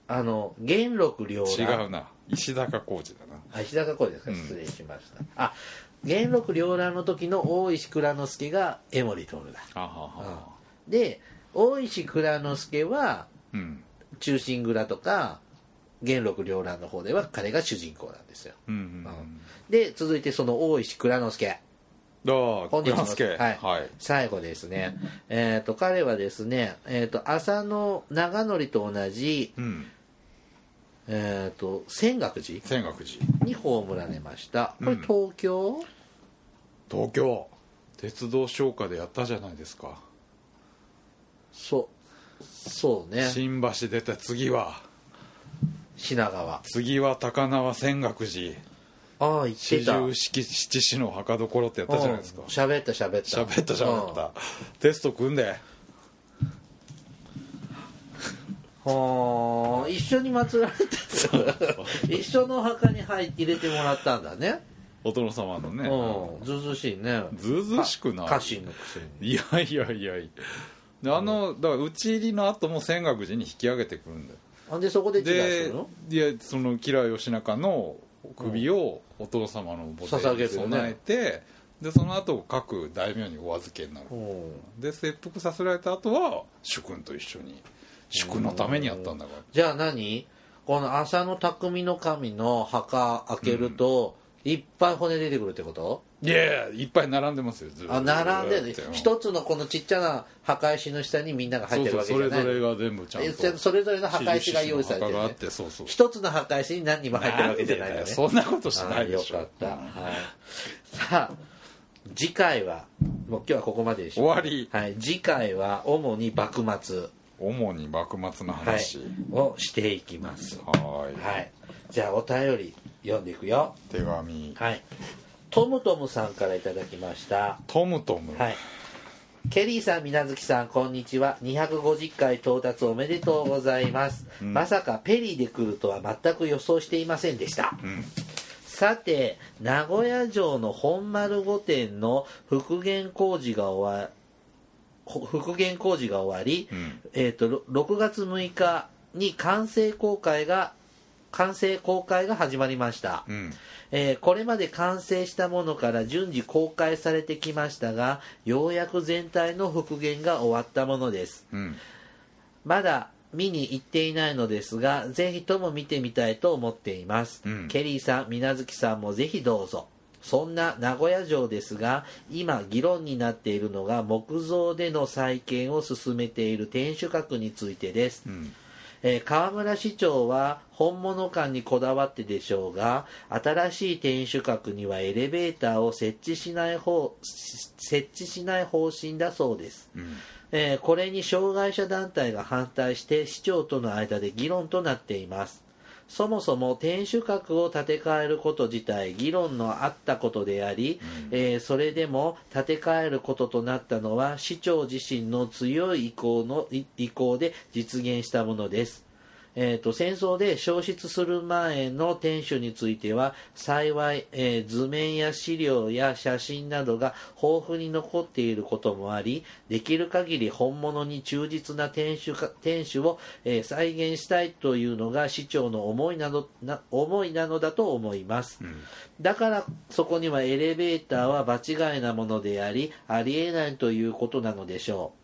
A: あの元禄両
B: 違
A: 乱
B: うな石坂浩二だな
A: あ石坂浩二ですか
B: うん
A: 失礼しました、あ元禄両乱の時の大石蔵之介が江守徹だ
B: あはは
A: で大石蔵之介は
B: うん
A: 忠臣蔵とか元禄両乱の方では彼が主人公なんですよ
B: うん
A: う
B: うんん
A: で続いてその大石蔵之介
B: ああ
A: 本日の
B: 蔵之介
A: はい
B: はい
A: 最後ですね、えー、と彼はですね、えー、と浅野長則と同じ、
B: うん
A: えー、と泉岳寺
B: 泉岳寺
A: に葬られましたこれ
B: うん
A: 東京、
B: 東京鉄道商家でやったじゃないですか
A: そうそうね
B: 新橋出た次は
A: 品川
B: 次は高輪泉岳寺
A: ああ言って
B: 四
A: た
B: 十七七士の墓所ってやったじゃないですか
A: うん喋った喋った
B: 喋った喋っ
A: うん
B: たテスト組んで
A: はあ一緒に祀られた一緒のお墓に入入れてもらったんだね
B: お殿様のね
A: うんずうずうしいね
B: ずうずうしくない
A: 家臣のくせに
B: いやいやいやいやあのだから討ち入りの後も泉岳寺に引き上げてくるんだよ
A: あんでそこで自害す
B: で
A: るの
B: いやその吉良義仲の首をお殿様の墓
A: 捧
B: 地
A: げ
B: に
A: るよね
B: 備えて、でその後各大名にお預けになる
A: うん
B: で切腹させられた後は主君と一緒に主君のためにやったんだから
A: じゃあ何この浅野匠の神の墓開けると、いっぱい骨出てくるってこと
B: いやいやいっぱい並んでますよずーっと
A: あ並んでる
B: うん
A: 一つのこのちっちゃな墓石の下にみんなが入ってるわけじゃ
B: そう
A: な
B: そうそれぞれ
A: い
B: が全部ちゃん
A: え
B: と
A: それぞれの墓石が用意されて
B: 印の
A: る、
B: 墓があっ
A: ね、
B: てそうそう
A: 一つの墓石に何人も入ってるわけじゃない
B: ん
A: よ
B: でだ
A: ね
B: よそんなことし
A: あ
B: ないでしょ
A: よかった、はい、さあ次回はもう今日はここまででしょう
B: 終わり
A: はい、次回は主に幕末
B: 主に幕末の
A: はい
B: 話、
A: をしていきます
B: はーい
A: はいじゃあお便り読んでいくよ
B: 手紙
A: はいトムトムさんからいただきました
B: トムトム、
A: はいケリーさん、みなずきさん、こんにちは。250回到達おめでとうございます。
B: うん
A: まさかペリーで来るとは全く予想していませんでした。
B: うん、
A: さて名古屋城の本丸御殿の復元工事が終わほ復元工事が終わり、
B: うん
A: えー、とろ6月6日に完成公開が完成公開が始まりました、
B: うん、
A: えーこれまで完成したものから順次公開されてきましたがようやく全体の復元が終わったものです
B: うん、
A: まだ見に行っていないのですが、ぜひとも見てみたいと思っています。
B: うん
A: ケリーさん、みなずきさんもぜひどうぞ。そんな名古屋城ですが、今議論になっているのが木造での再建を進めている天守閣についてです。
B: うん、
A: えー河村市長は本物感にこだわってでしょうが新しい天守閣にはエレベーターを設置しない方し設置しない方針だそうです、
B: ん
A: えーこれに障害者団体が反対して市長との間で議論となっていますそもそも天守閣を建て替えること自体議論のあったことであり、えーそれでも建て替えることとなったのは市長自身の強い意向のい意向で実現したものです、えー、と戦争で焼失する前の天守については幸い、えー図面や資料や写真などが豊富に残っていることもありできる限り本物に忠実な天守か天守を、えー再現したいというのが市長の思いなのな思いなのだと思います、だからそこにはエレベーターは場違いなものでありありえないということなのでしょう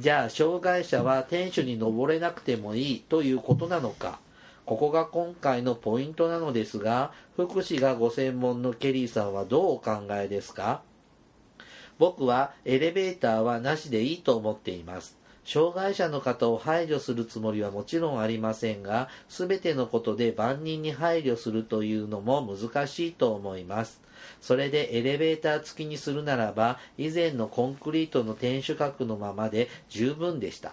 A: じゃあ障害者は天守に登れなくてもいいということなのかここが今回のポイントなのですが福祉がご専門のケリーさんはどうお考えですか僕はエレベーターはなしでいいと思っています障害者の方を排除するつもりはもちろんありませんが全てのことで万人に配慮するというのも難しいと思いますそれでエレベーター付きにするならば以前のコンクリートの天守閣のままで十分でした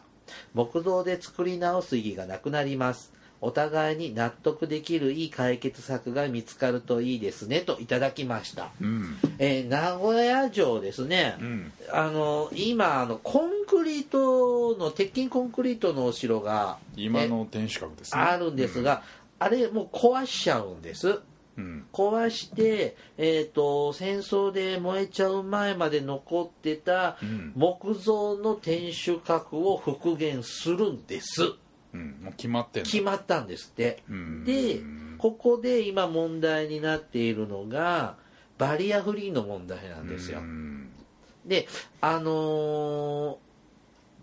A: 木造で作り直す意義がなくなりますお互いに納得できるいい解決策が見つかるといいですねといただきました、
B: うん、
A: えー名古屋城ですね、
B: うん、
A: あの今あのコンクリートの鉄筋コンクリートのお城が
B: 今
A: ね
B: の天守閣ですね
A: あるんですが、あれもう壊しちゃうんです
B: うん、
A: 壊して、えー、と戦争で燃えちゃう前まで残ってた
B: うん
A: 木造の天守閣を復元するんです
B: ううん、もう決まってんだ
A: 決まったんですって
B: うん
A: でここで今問題になっているのがバリアフリーの問題なんですよ
B: うん
A: であのー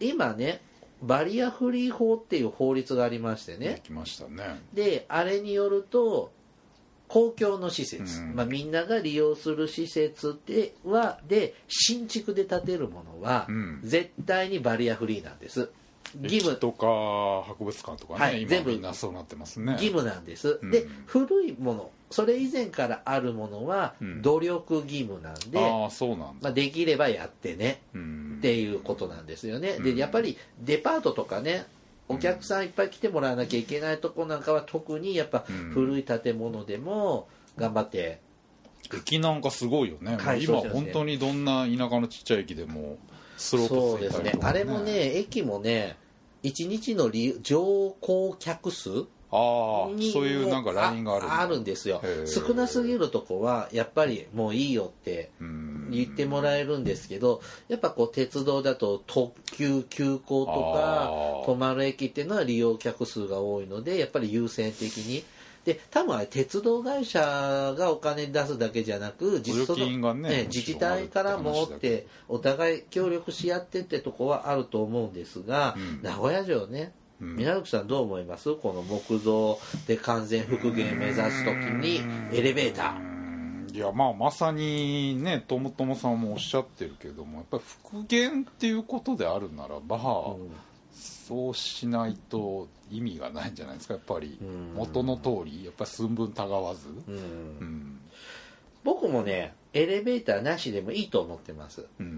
A: 今ねバリアフリー法っていう法律がありましてね
B: できましたね
A: であれによると公共の施設、
B: うん
A: まあ、みんなが利用する施設ではで新築で建てるものは、
B: うん
A: 絶対にバリアフリーなんです義務
B: 駅とか博物館とかね、
A: はい
B: 今
A: 全部
B: みんなそうなってますね
A: 義務なんです、
B: うん
A: で古いものそれ以前からあるものは
B: うん
A: 努力義務なんで、
B: ああそうなん
A: ま
B: だ、
A: あ、できればやってね
B: うん
A: っていうことなんですよね、
B: うん
A: でやっぱりデパートとかねお客さんいっぱい来てもらわなきゃいけないとこなんかは特にやっぱ
B: うん
A: 古い建物でも頑張って
B: 駅なんかすごいよね、
A: はいそ
B: 今
A: うですね
B: 本当にどんな田舎のちっちゃい駅でもスロー
A: そう
B: プつい
A: です
B: たり
A: ね
B: とか、
A: あれもね駅もね1日の利乗降客数
B: ああ
A: に
B: そういうなんかラインがあるんだ
A: あるんですよ
B: へえ
A: 少なすぎるとこはやっぱりもういいよって
B: うん
A: 言ってもらえるんですけどやっぱこう鉄道だと特急急行と
B: あ
A: か
B: ー
A: 泊まる駅っていうのは利用客数が多いのでやっぱり優先的にで多分あれ鉄道会社がお金出すだけじゃなく
B: 補助金がね
A: その自治体からもってお互い協力し合ってってとこはあると思うんですが、
B: うん
A: 名古屋城ね
B: うん
A: 皆口さんどう思いますこの木造で完全復元目指す時にエレベーター
B: うんいやまあまさにねともともさんもおっしゃってるけどもやっぱり復元っていうことであるならば、
A: うん
B: そうしないと意味がないんじゃないですかやっぱり
A: うん
B: 元の通りやっぱり寸分たがわず、
A: うん
B: うん
A: 僕もねエレベーターなしでもいいと思ってます、
B: うん
A: う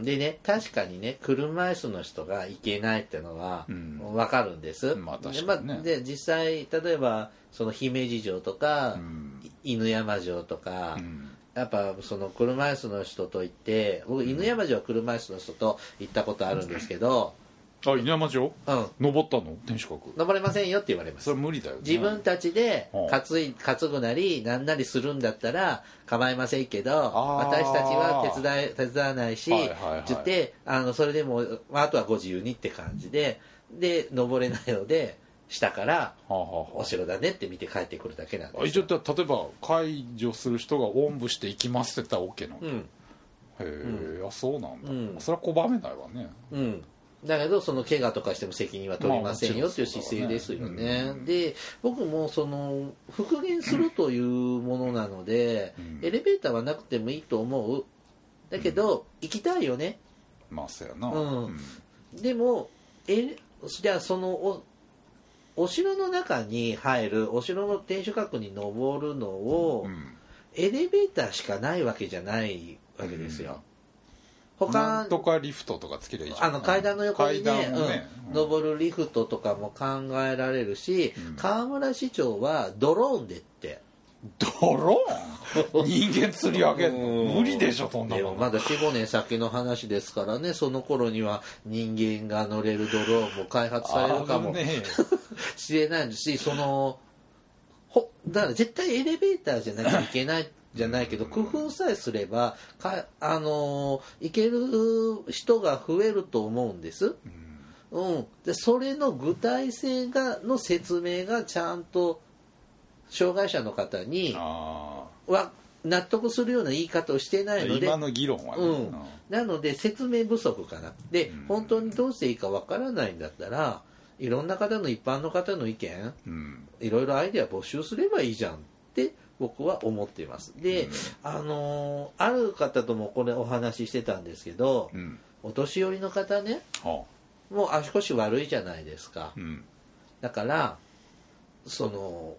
A: ん、でね確かにね車椅子の人が行けないってのは
B: うん
A: わかるんです、
B: まあ
A: で
B: 確かにね
A: まあで実際例えばその姫路城とか、
B: うん
A: 犬山城とか、
B: うん
A: やっぱその車椅子の人と行って僕犬山城は車椅子の人と行ったことあるんですけど、
B: あ稲山城
A: うん、
B: 登ったの天守閣
A: 登れませんよって言われます
B: それ無理だよね
A: 自分たちで
B: うん
A: 担い担ぐなりなんなりするんだったら構いませんけど
B: あー
A: 私たちは手伝い手伝わないし、
B: はいはいはい
A: って言ってあのそれでも、まあ、あとはご自由にって感じでで登れないので下から
B: はあはあ
A: お城だねって見て帰ってくるだけなん
B: はああ
A: で
B: 一
A: す
B: 応だ例えば解除する人がおんぶして行きますって言ったら OK なの、
A: う
B: へ
A: ん
B: え、あそうなんだ、
A: うん
B: それは拒めないわね
A: うんだけどその怪我とかしても責任は取りませんよっていう姿勢ですよね,、
B: まあもちろんそうだわねうん
A: で僕もその復元するというものなので、
B: うん
A: エレベーターはなくてもいいと思うだけど、行きたいよね
B: まあそうやな
A: うん
B: うん
A: でもえじゃあそのおお城の中に入るお城の天守閣に登るのを、
B: うん
A: エレベーターしかないわけじゃないわけですよ、
B: な
A: 他
B: んとかリフトとかつけりゃいいじゃ
A: あ
B: ん
A: の階段の横にね
B: 階段もね、
A: う、
B: うんん
A: 登るリフトとかも考えられるし、
B: うん
A: 河村市長はドローンでって
B: ドロー
A: [laughs]
B: ン人間釣り上げん
A: うん
B: の無理でしょそんな
A: で
B: も
A: も
B: ん
A: まだ45年先の話ですからねその頃には人間が乗れるドローンも開発されるかも
B: 危ねえよ
A: しれないしそのほだから絶対エレベーターじゃなきゃいけないじゃないけど工夫さえすればか、あの行ける人が増えると思うんです。うん、でそれの具体性がの説明がちゃんと障害者の方に
B: あ
A: は納得するような言い方をしてな
B: あ
A: いので
B: 今の議論はね、
A: うんなので説明不足かなで
B: うん
A: 本当にどうしていいかわからないんだったらいろんな方の一般の方の意見
B: うん
A: いろいろアイデア募集すればいいじゃんって僕は思っていますで、
B: うん
A: あのーある方ともこれお話ししてたんですけど
B: うん
A: お年寄りの方ね
B: は
A: もう足腰悪いじゃないですか
B: あうん
A: だからその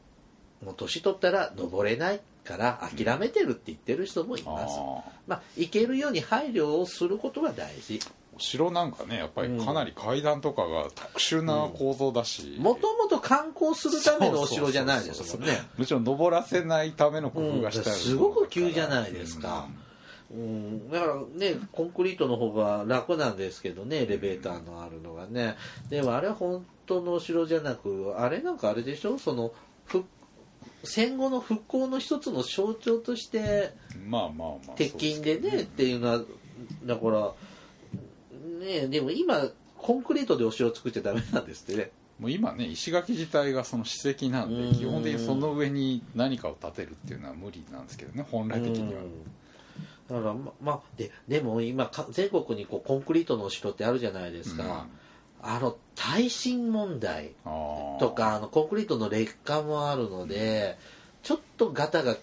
A: もう年取ったら登れないから諦めてるって言ってる人もい
B: あ
A: ます、
B: あ
A: まあ行けるように配慮をすることは大事
B: お城なんかねやっぱりかなり階段とかが特殊な構造だし、
A: もともと観光するためのお城じゃないですもんね
B: むしろ登らせないための工夫がしてある、
A: うんすごく急じゃないですかうん、だからねコンクリートの方が楽なんですけどねエレベーターのあるのがねでもあれ本当のお城じゃなくあれなんかあれでしょその復戦後の復興の一つの象徴として
B: うんまあまあまあ
A: 鉄筋でねっていうのはだからねでも今コンクリートでお城作っちゃダメなんですってね
B: もう今ね石垣自体がその史跡なん
A: う
B: で
A: ん
B: 基本的にその上に何かを建てるっていうのは無理なんですけどね本来的には
A: うんだからままあででも今か全国にこうコンクリートのお城ってあるじゃないですか、あの耐震問題
B: うん
A: とかあのコンクリートの劣化もあるので、ちょっとガタがき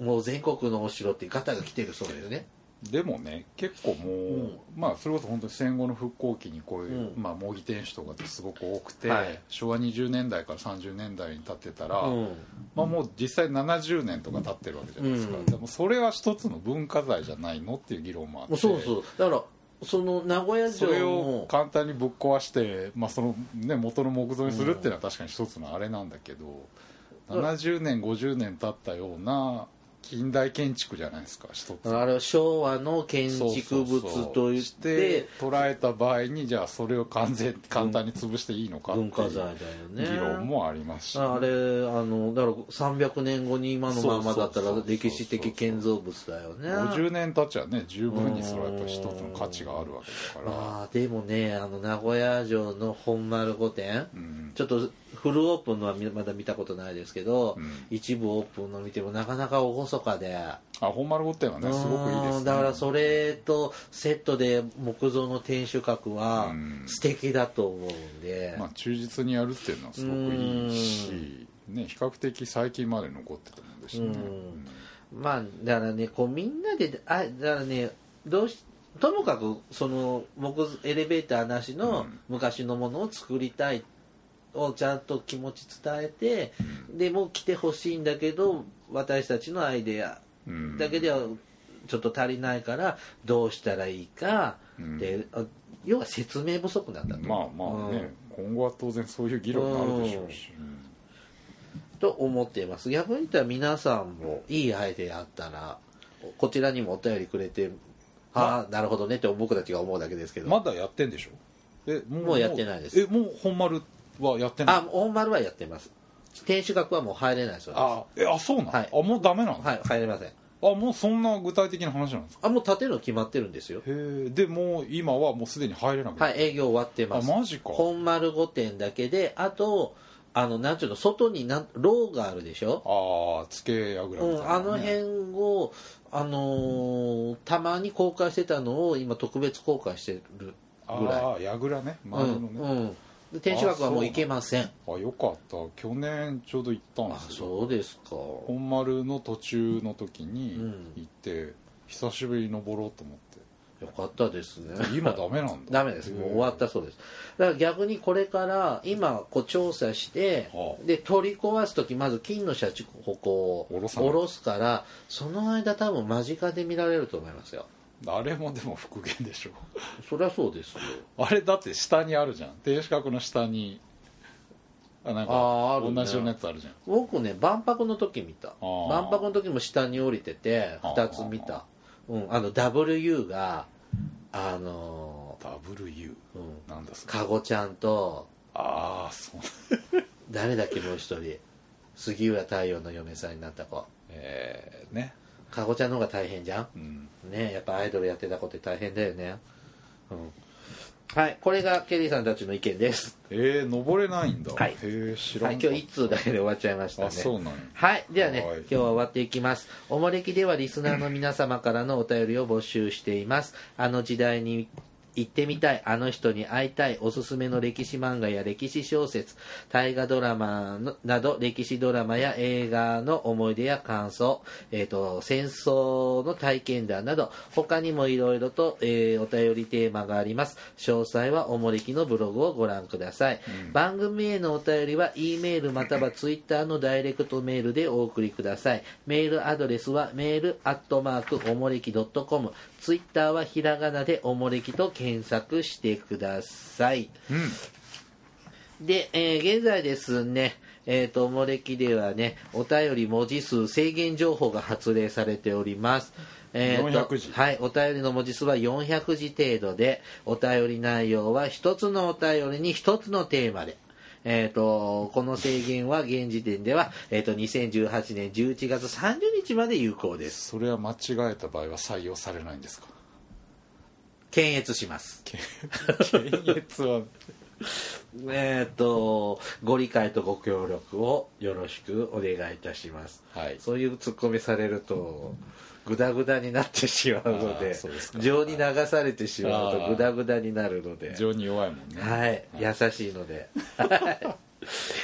A: もう全国のお城ってガタが来てるそうですね
B: でもね結構もう、
A: うん
B: まあそれこそ本当に戦後の復興期にこういう、
A: うん
B: まあ、模擬天守とかってすごく多くて、
A: はい
B: 昭和20年代から30年代に建ってたら、
A: うん
B: まあ、もう実際70年とか経ってるわけじゃないですか、
A: うん
B: でもそれは一つの文化財じゃないのっていう議論もあっ
A: も
B: て
A: うそうそうだからその名古屋
B: そ
A: 城
B: れを
A: も
B: 簡単にぶっ壊して、まあそのね、元の木造にするっていうのは確かに一つのあれなんだけど、
A: うん
B: 70年50年経ったような近代建築じゃないですか一つ
A: あれは昭和の建築物と言っ
B: してて捉えた場合にじゃあそれを完全簡単に潰していいのかってい
A: 文化財だ
B: う
A: よね
B: 議論もありますし、
A: あれあのだから300年後に今のままだったら歴史的建造物だよね
B: 50年経っちゃね十分にそれはやっぱ一つの価値があるわけだから、
A: まあでもねあの名古屋城の本丸御殿
B: うん
A: ちょっとフルオープンのはみまだ見たことないですけど、
B: うん
A: 一部オープンの見てもなかなか厳かで、
B: あ本丸御殿はねすごくいいです
A: う
B: ね
A: んだからそれとセットで木造の天守閣は
B: うん
A: 素敵だと思うんで、
B: まあ、忠実にやるっていうのはすごくいいし、ね、比較的最近まで残ってたもんですしね、
A: うん
B: うん
A: まあだからねこうみんなであだからねどうしともかくその木エレベーターなし
B: う
A: の
B: ん
A: 昔のものを作りたいをちゃんと気持ち伝えて、でもう来てほしいんだけど私たちのアイデア
B: うん
A: だけではちょっと足りないからどうしたらいいか、
B: うん
A: であ要は説明不足なんだと,、
B: まあまあね、今後は当然そういう議論になるでしょうし、うん
A: と思っています逆に言ったら皆さんもいいアイデアあったらこちらにもお便りくれてああなるほどねって僕たちが思うだけですけど、
B: まだやってんでしょえも
A: もうやってないです
B: えもう本丸はやってない
A: あ大丸はやってます天守閣はもう入れないそうです
B: あえあそうなん、
A: はい
B: あもうダメなの、
A: はい入れません
B: あもうそんな具体的な話なんですか
A: あもう建てるの決まってるんですよ
B: へえでもう今はもうすでに入れなくな
A: は
B: っ
A: い営業終わって
B: た、
A: ます
B: あマジか
A: 本丸御殿だけであとあのなんちゅうの外になん牢があるでしょ
B: ああつけやぐらみ
A: う
B: た
A: ん、
B: いな
A: あ
B: ね、
A: の辺を、あのーたまに公開してたのを今特別公開してるぐらい、
B: ああやぐらね
A: う
B: 丸のね、
A: んうん、で天守閣はもう行けません
B: あよかった去年ちょうど行ったん
A: あ
B: ですよ
A: そうですか
B: 本丸の途中の時
A: う
B: に
A: ん
B: 行って、久しぶりに登ろうと思
A: [laughs]
B: っ
A: よかったですね
B: て今ダメなんだ
A: [laughs] ダメですもう終わったそうですだから逆にこれから今こう調査して、
B: はあ
A: で取り壊す時まず金のシャチホコを
B: 下ろさない
A: 下ろすからその間多分間近で見られると思いますよ
B: あれもでも復元でしょ [laughs]
A: そりゃそうですよ
B: あれだって下にあるじゃん定四角の下にあなん
A: あーあ
B: か
A: るね
B: 同じようなやつあるじゃん
A: 僕ね万博の時見た
B: ー
A: 万博の時も下に降りてて
B: あー
A: 2つ見た、うん、あの WU があの
B: WU
A: ーうん
B: なんだそれ
A: かごちゃんと
B: ああそう
A: 誰だっけもう一人杉浦太陽の嫁さんになった子
B: えー、ね
A: かごちゃんの方が大変じゃん
B: うん
A: ねやっぱアイドルやってた子って大変だよねうんはいこれがケリーさんたちの意見です、
B: えー、登れないんだ、
A: はい
B: へえ知ら
A: は
B: ん
A: い、
B: かっ
A: 今
B: た
A: 日1通だけで終わっちゃいましたね
B: あそうなんや
A: はい。ではね、
B: はい
A: 今日は終わっていきます。おもれきではリスナーの皆様からのお便りを募集しています。あの時代に行ってみたい、あの人に会いたい、おすすめの歴史漫画や歴史小説、大河ドラマのなど、歴史ドラマや映画の思い出や感想、えっ、と、戦争の体験談など、他にもいろいろと、えーお便りテーマがあります。詳細はおもれきのブログをご覧ください。番組へのお便りは、E メールまたは Twitter のダイレクトメールでお送りください。メールアドレスは、メールアットマークおもれき .com。Twitter はひらがなでおもれきと検索してください。
B: うん
A: で、えー現在ですね、えっ、と、おもれきではね、お便り文字数制限情報が発令されております。えーと
B: 400字
A: はい、お便りの文字数は400字程度で、お便り内容は一つのお便りに一つのテーマで。えー、とこの制限は現時点では、えー、と2018年11月30日まで有効です
B: それは間違えた場合は採用されないんですか
A: 検閲します
B: 検閲は
A: えっと、ご理解とご協力をよろしくお願いいたします。
B: はい
A: そういうツッコミされると、グダグダになってしまうの
B: あ
A: で
B: ーそうです、か
A: 情に流されてしまう
B: あ
A: と
B: ー
A: グダグダになるので。
B: 情に弱いもんね
A: はい、優しいので。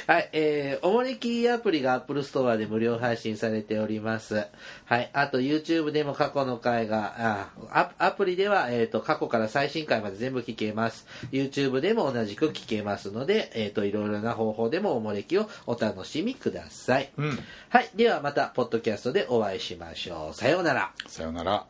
A: はい、えー、おもれきアプリが Apple Store で無料配信されております。はい、あと YouTube でも過去の回が、あアアプリでは、えっ、と、過去から最新回まで全部聞けます。YouTube でも同じく聞けますので、えっ、と、いろいろな方法でもおもれきをお楽しみください。
B: うん
A: はい、ではまた、ポッドキャストでお会いしましょう。さようなら。
B: さよなら